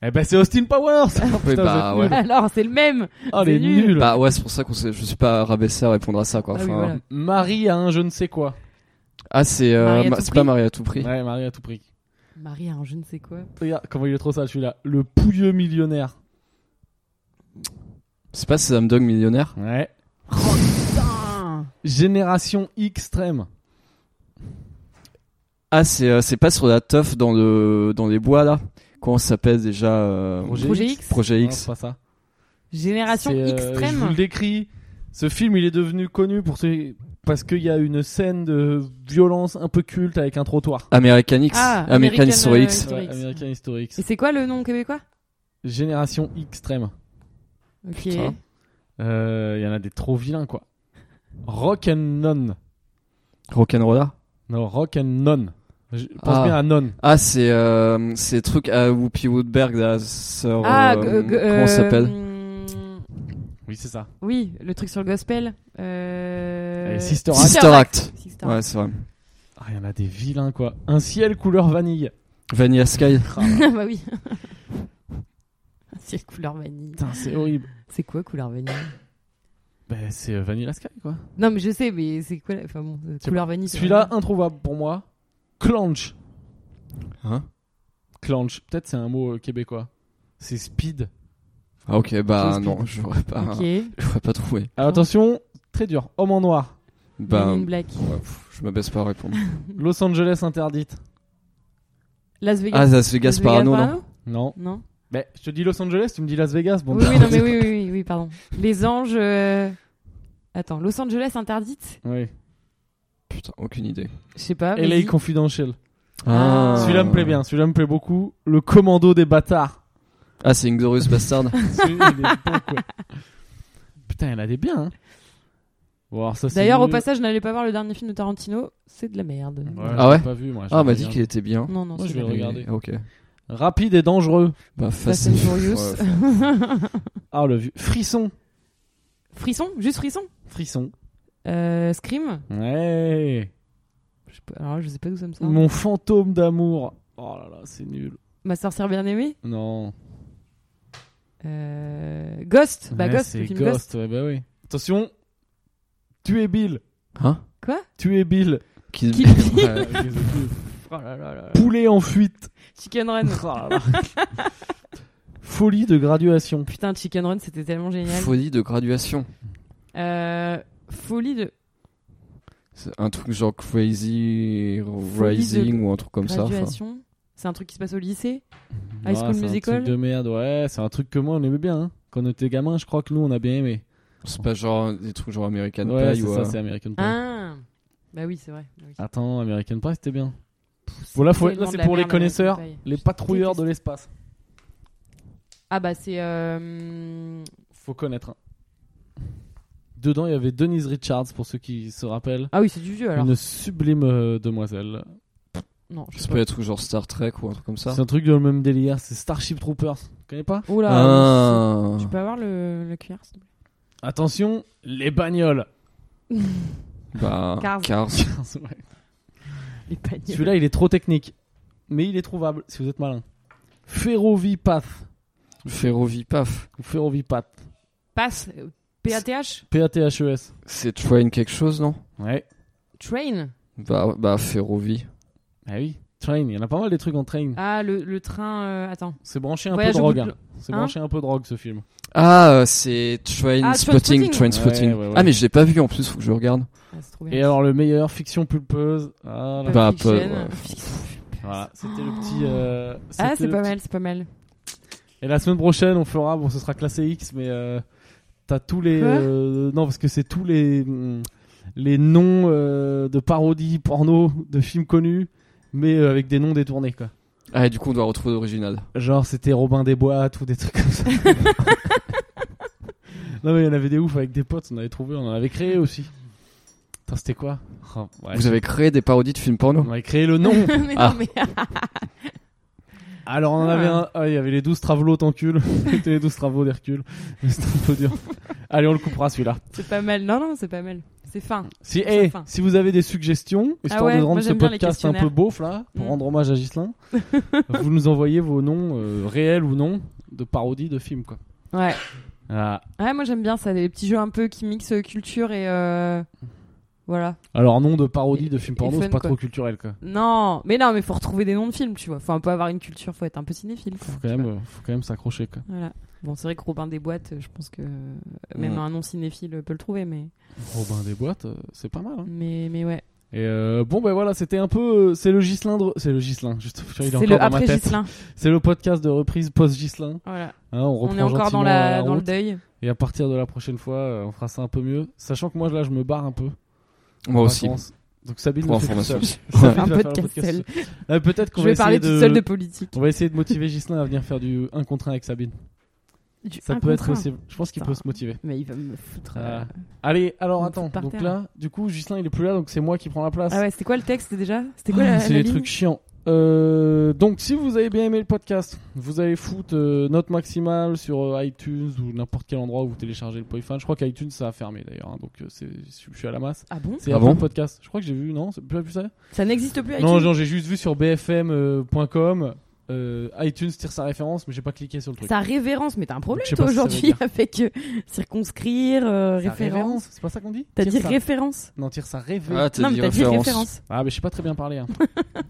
S1: Eh ben, c'est Austin Powers. Putain,
S5: *laughs* Oui, bah,
S1: vous êtes nuls.
S2: Alors, c'est le même.
S1: Oh, les
S2: C'est nul.
S1: nuls.
S5: Bah ouais, c'est pour ça que je suis pas rabaissé à répondre à ça quoi.
S2: Ah oui,
S5: Enfin,
S2: voilà.
S1: Marie a un je ne sais quoi.
S5: ah, c'est euh,
S2: Marie à
S5: ma-
S2: tout
S5: c'est
S2: prix.
S5: pas Marie à tout prix.
S1: Ouais, Marie à tout prix.
S2: Marie a un je ne sais quoi.
S1: Regarde comment il est trop sale celui-là. Le pouilleux millionnaire.
S5: C'est pas Slam Dog millionnaire
S1: Ouais.
S2: Oh, Putain.
S1: Génération extrême.
S5: Ah c'est euh, c'est pas sur la teuf dans le dans les bois là. Comment ça s'appelle déjà euh,
S1: Projet
S2: Projet
S1: X
S2: X.
S5: Projet
S1: Non,
S5: X.
S1: c'est pas ça.
S2: Génération
S1: C'est, euh, Je vous le
S2: extrême.
S1: décris. Ce film, il est devenu connu pour ses- parce qu'il y a une scène de violence un peu culte avec un trottoir.
S5: American X.
S2: Ah,
S5: American
S2: American,
S5: History
S2: euh,
S5: X.
S2: History
S1: Ouais,
S2: X.
S1: American History X.
S2: Et c'est quoi le nom québécois
S1: Génération extrême.
S2: Ok.
S5: Putain.
S1: Euh, Il y en a des trop vilains, quoi. Rock and None.
S5: Rock'n'Roller
S1: Non, rock and non. Je pense
S5: Ah.
S1: bien à non.
S5: Ah, c'est euh, c'est le truc à Whoopi Woodberg, la sœur.
S2: Ah,
S5: euh,
S2: g- g-
S5: comment ça
S2: euh,
S5: s'appelle
S2: hum,
S1: Oui, c'est ça.
S2: Oui, le truc sur le gospel. Euh...
S1: Et Sister Act.
S5: Sister Act.
S2: Sister
S5: Ouais,
S2: Act.
S5: c'est vrai.
S1: Ah, il y en a des vilains, quoi. Un ciel couleur vanille.
S5: Vanilla Sky.
S2: *laughs* bah oui. c'est couleur vanille.
S1: Putain, c'est horrible.
S2: C'est quoi couleur vanille
S1: Ben, c'est euh, Vanilla Sky, quoi.
S2: Non, mais je sais, mais c'est quoi la- Enfin bon, euh,
S1: C'est-
S2: couleur vanille. c'est
S1: Celui-là,
S2: vrai.
S1: introuvable pour moi. Clanch.
S5: Hein
S1: Clanch. Peut-être c'est un mot euh, québécois. C'est speed.
S5: Ah, ok, bah
S1: Chose
S5: non, j'aurais pas,
S2: Ok.
S5: j'aurais pas trouvé.
S1: Ah, attention, très dur. Homme en noir.
S5: Bah,
S2: Men in Black.
S5: ouais, pff, je me baisse pas à répondre.
S1: Los Angeles interdite.
S2: Las Vegas.
S5: ah, ça c'est
S2: Las Vegas
S5: Gasparano, non
S1: Non.
S2: Non.
S1: Ben, je te dis Los Angeles, tu me dis Las Vegas. Bon, bah, ben.
S2: oui, oui, non, mais oui, oui, oui, oui, pardon. Les anges. euh, Attends, Los Angeles interdite
S1: Oui.
S5: Putain, aucune idée.
S2: Je sais pas.
S1: LA
S2: vas-y.
S1: Confidential.
S2: Ah.
S1: Celui-là me plaît bien, celui-là me plaît beaucoup. Le commando des bâtards. *laughs*
S5: Ah, c'est Inglorious Bastard.
S1: Celui-là, il est bon, quoi. Putain, il y en a des biens. hein. Bon, alors ça, c'est
S2: D'ailleurs, au
S1: nul.
S2: passage, n'allez pas voir le dernier film de Tarantino, c'est de la merde.
S1: Ouais, je
S5: Ah
S1: l'ai
S5: ouais
S1: pas vu, moi. je
S5: Ah, on
S1: l'ai
S5: m'a
S1: pas
S5: dit
S1: regardé.
S5: qu'il était bien.
S2: Non, non,
S1: Moi,
S2: c'est
S1: je vais
S2: de
S1: le
S2: la merde.
S1: regarder.
S5: Ok.
S1: Rapide et dangereux.
S5: Bah,
S2: Fast
S5: Fast
S2: and
S5: and
S2: Furious.
S5: Ouais.
S1: Ah, le vieux. Frisson.
S2: Frisson Juste frisson
S1: Frisson.
S2: euh, Scream
S1: Ouais.
S2: je sais pas- Alors, je sais pas d'où ça me sort.
S1: Mon fantôme d'amour. Oh là là, c'est nul.
S2: Ma sorcière bien-aimée
S1: Non.
S2: euh... Ghost Bah,
S1: Ouais,
S2: Ghost,
S1: c'est
S2: le film
S1: Ghost.
S2: Ghost.
S1: ouais, bah oui. Attention. Tu es Bill.
S5: Hein
S1: Tu es Bill.
S5: Kill
S2: Kill
S5: Bill.
S1: *laughs*
S2: Bill.
S1: Ouais, je les ai tous. Poulet en fuite.
S2: *laughs* Chicken Run.
S1: Oh là là. Folie de graduation.
S2: Oh, Putain, Chicken Run, c'était tellement génial.
S5: Folie de graduation.
S2: Euh, Folie de
S5: C'est un truc genre Crazy
S2: Folie
S5: Rising ou un truc comme ça. enfin.
S2: graduation. C'est un truc qui se passe au lycée High School
S1: c'est Un
S2: Musical.
S1: truc de merde, ouais. C'est un truc que moi on aimait bien. hein. Quand on était gamin, je crois que nous on a bien aimé.
S5: C'est pas genre des trucs genre American
S1: ouais,
S5: Pie
S1: c'est
S5: ou.
S1: ça,
S5: euh,
S1: c'est American Pie.
S2: Ah Bah oui, c'est vrai. Ah oui.
S1: Attends, American Pie c'était bien.
S2: Pff,
S1: Bon, là, faut-
S2: tellement
S1: là
S2: de
S1: c'est
S2: la
S1: pour les
S2: merde,
S1: connaisseurs,
S2: American Pie.
S1: les patrouilleurs de
S2: déteste.
S1: l'espace.
S2: Ah bah c'est... euh,
S1: Faut connaître. hein. Dedans, il y avait Denise Richards pour ceux qui se rappellent.
S2: Ah oui, c'est du vieux alors.
S1: Une sublime euh, demoiselle.
S2: Non, je
S5: Ça
S2: sais
S5: peut
S2: pas.
S5: être genre Star Trek ou un truc comme ça.
S1: C'est un truc dans le même délire, c'est Starship Troopers. Tu connais pas
S2: Oh là,
S5: Ah.
S2: Tu peux avoir le, le cuir s'il te plaît
S1: Attention, les bagnoles. *laughs*
S5: Bah,
S2: Cars.
S5: *laughs* Cars.
S1: Ouais.
S2: Les paniers.
S1: Celui-là, il est trop technique. Mais il est trouvable si vous êtes malin. Ferrovipath.
S5: Ferrovipaf.
S1: Ou Ferrovipath.
S2: Passe euh, PATH
S1: P-A-T-H-E-S.
S5: C'est Train quelque chose, non
S1: Ouais.
S2: Train
S5: Bah, bah, Ferrovi.
S1: Ah oui. Train, il y en a pas mal des trucs en train.
S2: Ah, le, le train. euh, attends.
S1: C'est branché un peu
S2: Voyage au
S1: drogue.
S2: bout de
S1: hein. C'est
S2: Hein
S1: branché un peu drogue ce film.
S5: Ah, euh, c'est Train
S2: Ah, Trainspotting.
S5: Spotting. Train Spotting.
S1: Ouais, ouais, ouais.
S5: Ah, mais je l'ai pas vu en plus, faut que je regarde.
S2: Ah, c'est trop bien.
S1: Et alors le meilleur, fiction pulpeuse. Ah, là.
S2: Pulp
S5: Bah,
S2: Fiction.
S5: peu- ouais.
S1: Voilà, c'était le petit. euh,
S2: Ah,
S1: c'était
S2: c'est
S1: le
S2: pas
S1: petit-
S2: mal, c'est pas mal. *laughs*
S1: Et la semaine prochaine, on fera. Bon, ce sera classé X, mais euh, t'as tous les.
S2: Quoi
S1: euh, non, parce que c'est tous les hum, les noms euh, de parodies porno de films connus, mais euh, avec des noms détournés quoi.
S5: Ah, et du coup, on doit retrouver l'original.
S1: Genre, c'était Robin des boîtes ou des trucs comme ça. non, mais il y en avait des ouf avec des potes, on avait trouvé, on en avait créé aussi. Putain, c'était quoi Oh, ouais,
S5: Vous avez créé des parodies de films porno
S1: On avait créé le nom.
S2: mais
S5: Ah.
S2: non, mais. *laughs*
S1: Alors, on en
S2: Ah.
S1: avait un. ah, il y avait les 12 travelots Tancule. *laughs* C'était les 12 travaux d'Hercule. Mais C'était un peu dur. *laughs* Allez, on le coupera celui-là.
S2: c'est pas mal. Non, non, c'est pas mal. C'est fin.
S1: Si,
S2: C'est
S1: eh,
S2: fin. Ah
S1: si vous avez des suggestions, histoire
S2: ouais,
S1: de
S2: moi,
S1: rendre ce
S2: j'aime bien les
S1: podcast un peu
S2: questionnaires.
S1: beauf là, pour
S2: Mm.
S1: rendre hommage à
S2: *laughs*
S1: Gislin, vous nous envoyez vos noms euh, réels ou non de parodies de films quoi.
S2: Ouais.
S1: Ah.
S2: Ouais, moi j'aime bien ça, les petits jeux un peu qui mixent euh, culture et. euh, Voilà.
S1: Alors nom de parodie
S2: Et-
S1: de film
S2: et
S1: porno,
S2: fun,
S1: c'est pas
S2: quoi.
S1: trop culturel quoi.
S2: Non, mais non, mais faut retrouver des noms de films, tu vois. Faut un peu avoir une culture, faut être un peu cinéphile. quoi,
S1: Faut
S2: tu
S1: quand même,
S2: vois.
S1: euh, faut quand même s'accrocher quoi.
S2: Voilà. Bon, c'est vrai que Robin des boîtes, euh, je pense que euh, même
S5: Mm.
S2: un non cinéphile euh, peut le trouver, mais.
S1: Robin des boîtes, euh, c'est pas mal. hein.
S2: Mais, mais ouais.
S1: Et euh, bon ben voilà, c'était un peu, euh, c'est le Gislindre, c'est le Gislin. Juste, il est
S2: C'est
S1: encore
S2: le
S1: dans ma
S2: après
S1: tête.
S2: Gislin.
S1: C'est le podcast de reprise post Gislin.
S2: Voilà.
S1: Hein, on reprend
S2: On est encore dans,
S1: gentiment
S2: la,
S1: la
S2: dans le
S1: route.
S2: deuil.
S1: Et à partir de la prochaine fois, euh, on fera ça un peu mieux. Sachant que moi là, je me barre un peu.
S5: Moi
S1: en
S5: aussi.
S1: vacances. Donc Sabine,
S5: Pour
S1: le fait tout
S5: information.
S2: *laughs*
S1: seul. *laughs*
S5: Ouais.
S1: Sabine
S2: Un
S1: va
S2: peu
S1: faire
S2: de
S1: le podcast
S2: Castel.
S1: tout seul. Ah, Peut-être qu'on
S2: Je
S1: va
S2: vais parler
S1: essayer
S2: toute seule de politique.
S1: On va essayer de motiver Gislin à venir faire du 1 contre 1 avec Sabine.
S2: du
S1: Ça
S2: un
S1: peut être
S2: contre un.
S1: possible. Je pense qu'il peut
S2: Putain.
S1: se motiver.
S2: Mais il va me foutre. euh,
S1: Ah. Allez, alors
S2: Une
S1: attends.
S2: petite par
S1: Donc
S2: terre.
S1: là, du coup, Gislain il est plus là, donc c'est moi qui prends la place.
S2: Ah ouais, c'était quoi le texte déjà C'était quoi
S1: Ah,
S2: la,
S1: C'est
S2: la
S1: des
S2: ligne
S1: trucs chiants. Euh, donc, si vous avez bien aimé le podcast, vous allez foutre euh, note maximale sur euh, iTunes ou n'importe quel endroit où vous téléchargez le Poifan. Je crois qu'iTunes ça a fermé d'ailleurs, hein, donc euh, c'est- je suis à la masse.
S2: Ah bon
S1: C'est
S5: Ah
S1: avant
S5: bon
S1: le podcast. Je crois que j'ai vu, non C'est plus, plus ça
S2: Ça n'existe plus
S1: Non,
S2: iTunes
S1: non, j'ai juste vu sur bfm.com. euh, iTunes tire sa référence, mais j'ai pas cliqué sur le truc.
S2: Sa révérence, mais t'as un problème
S1: Je sais
S2: toi
S1: pas ce que ça veut
S2: aujourd'hui
S1: dire.
S2: avec euh, circonscrire, euh,
S1: Sa
S2: référence.
S1: c'est pas ça qu'on dit
S2: T'as
S1: Tire
S2: dit
S1: sa-
S2: référence
S1: Non, tire sa référence.
S5: Ah, t'as
S2: Non,
S5: dit
S2: mais t'as dit
S5: référence.
S2: référence.
S1: Ah, mais je sais pas très bien parler.
S2: *laughs*
S1: hein.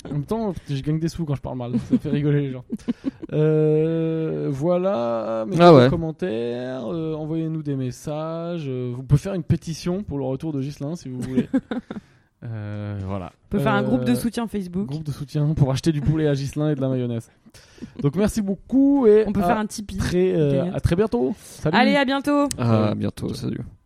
S1: en même temps, je gagne des sous quand je parle mal. Ça fait rigoler les gens. Euh, voilà. Mettez
S5: Ah ouais.
S1: des commentaires. euh, Envoyez-nous des messages. euh, vous pouvez faire une pétition pour le retour de Gislin si vous
S2: *laughs*
S1: voulez. Euh, voilà.
S2: On peut faire un
S1: Euh,
S2: groupe de soutien Facebook.
S1: Groupe de soutien pour acheter du poulet à Gislin et de la mayonnaise. Donc merci beaucoup et
S2: On peut
S1: à,
S2: faire un Tipeee.
S1: Ah. très, euh,
S2: cagnotte.
S1: à très bientôt. Salut.
S2: Allez, à bientôt
S5: Ah, à bientôt, salut.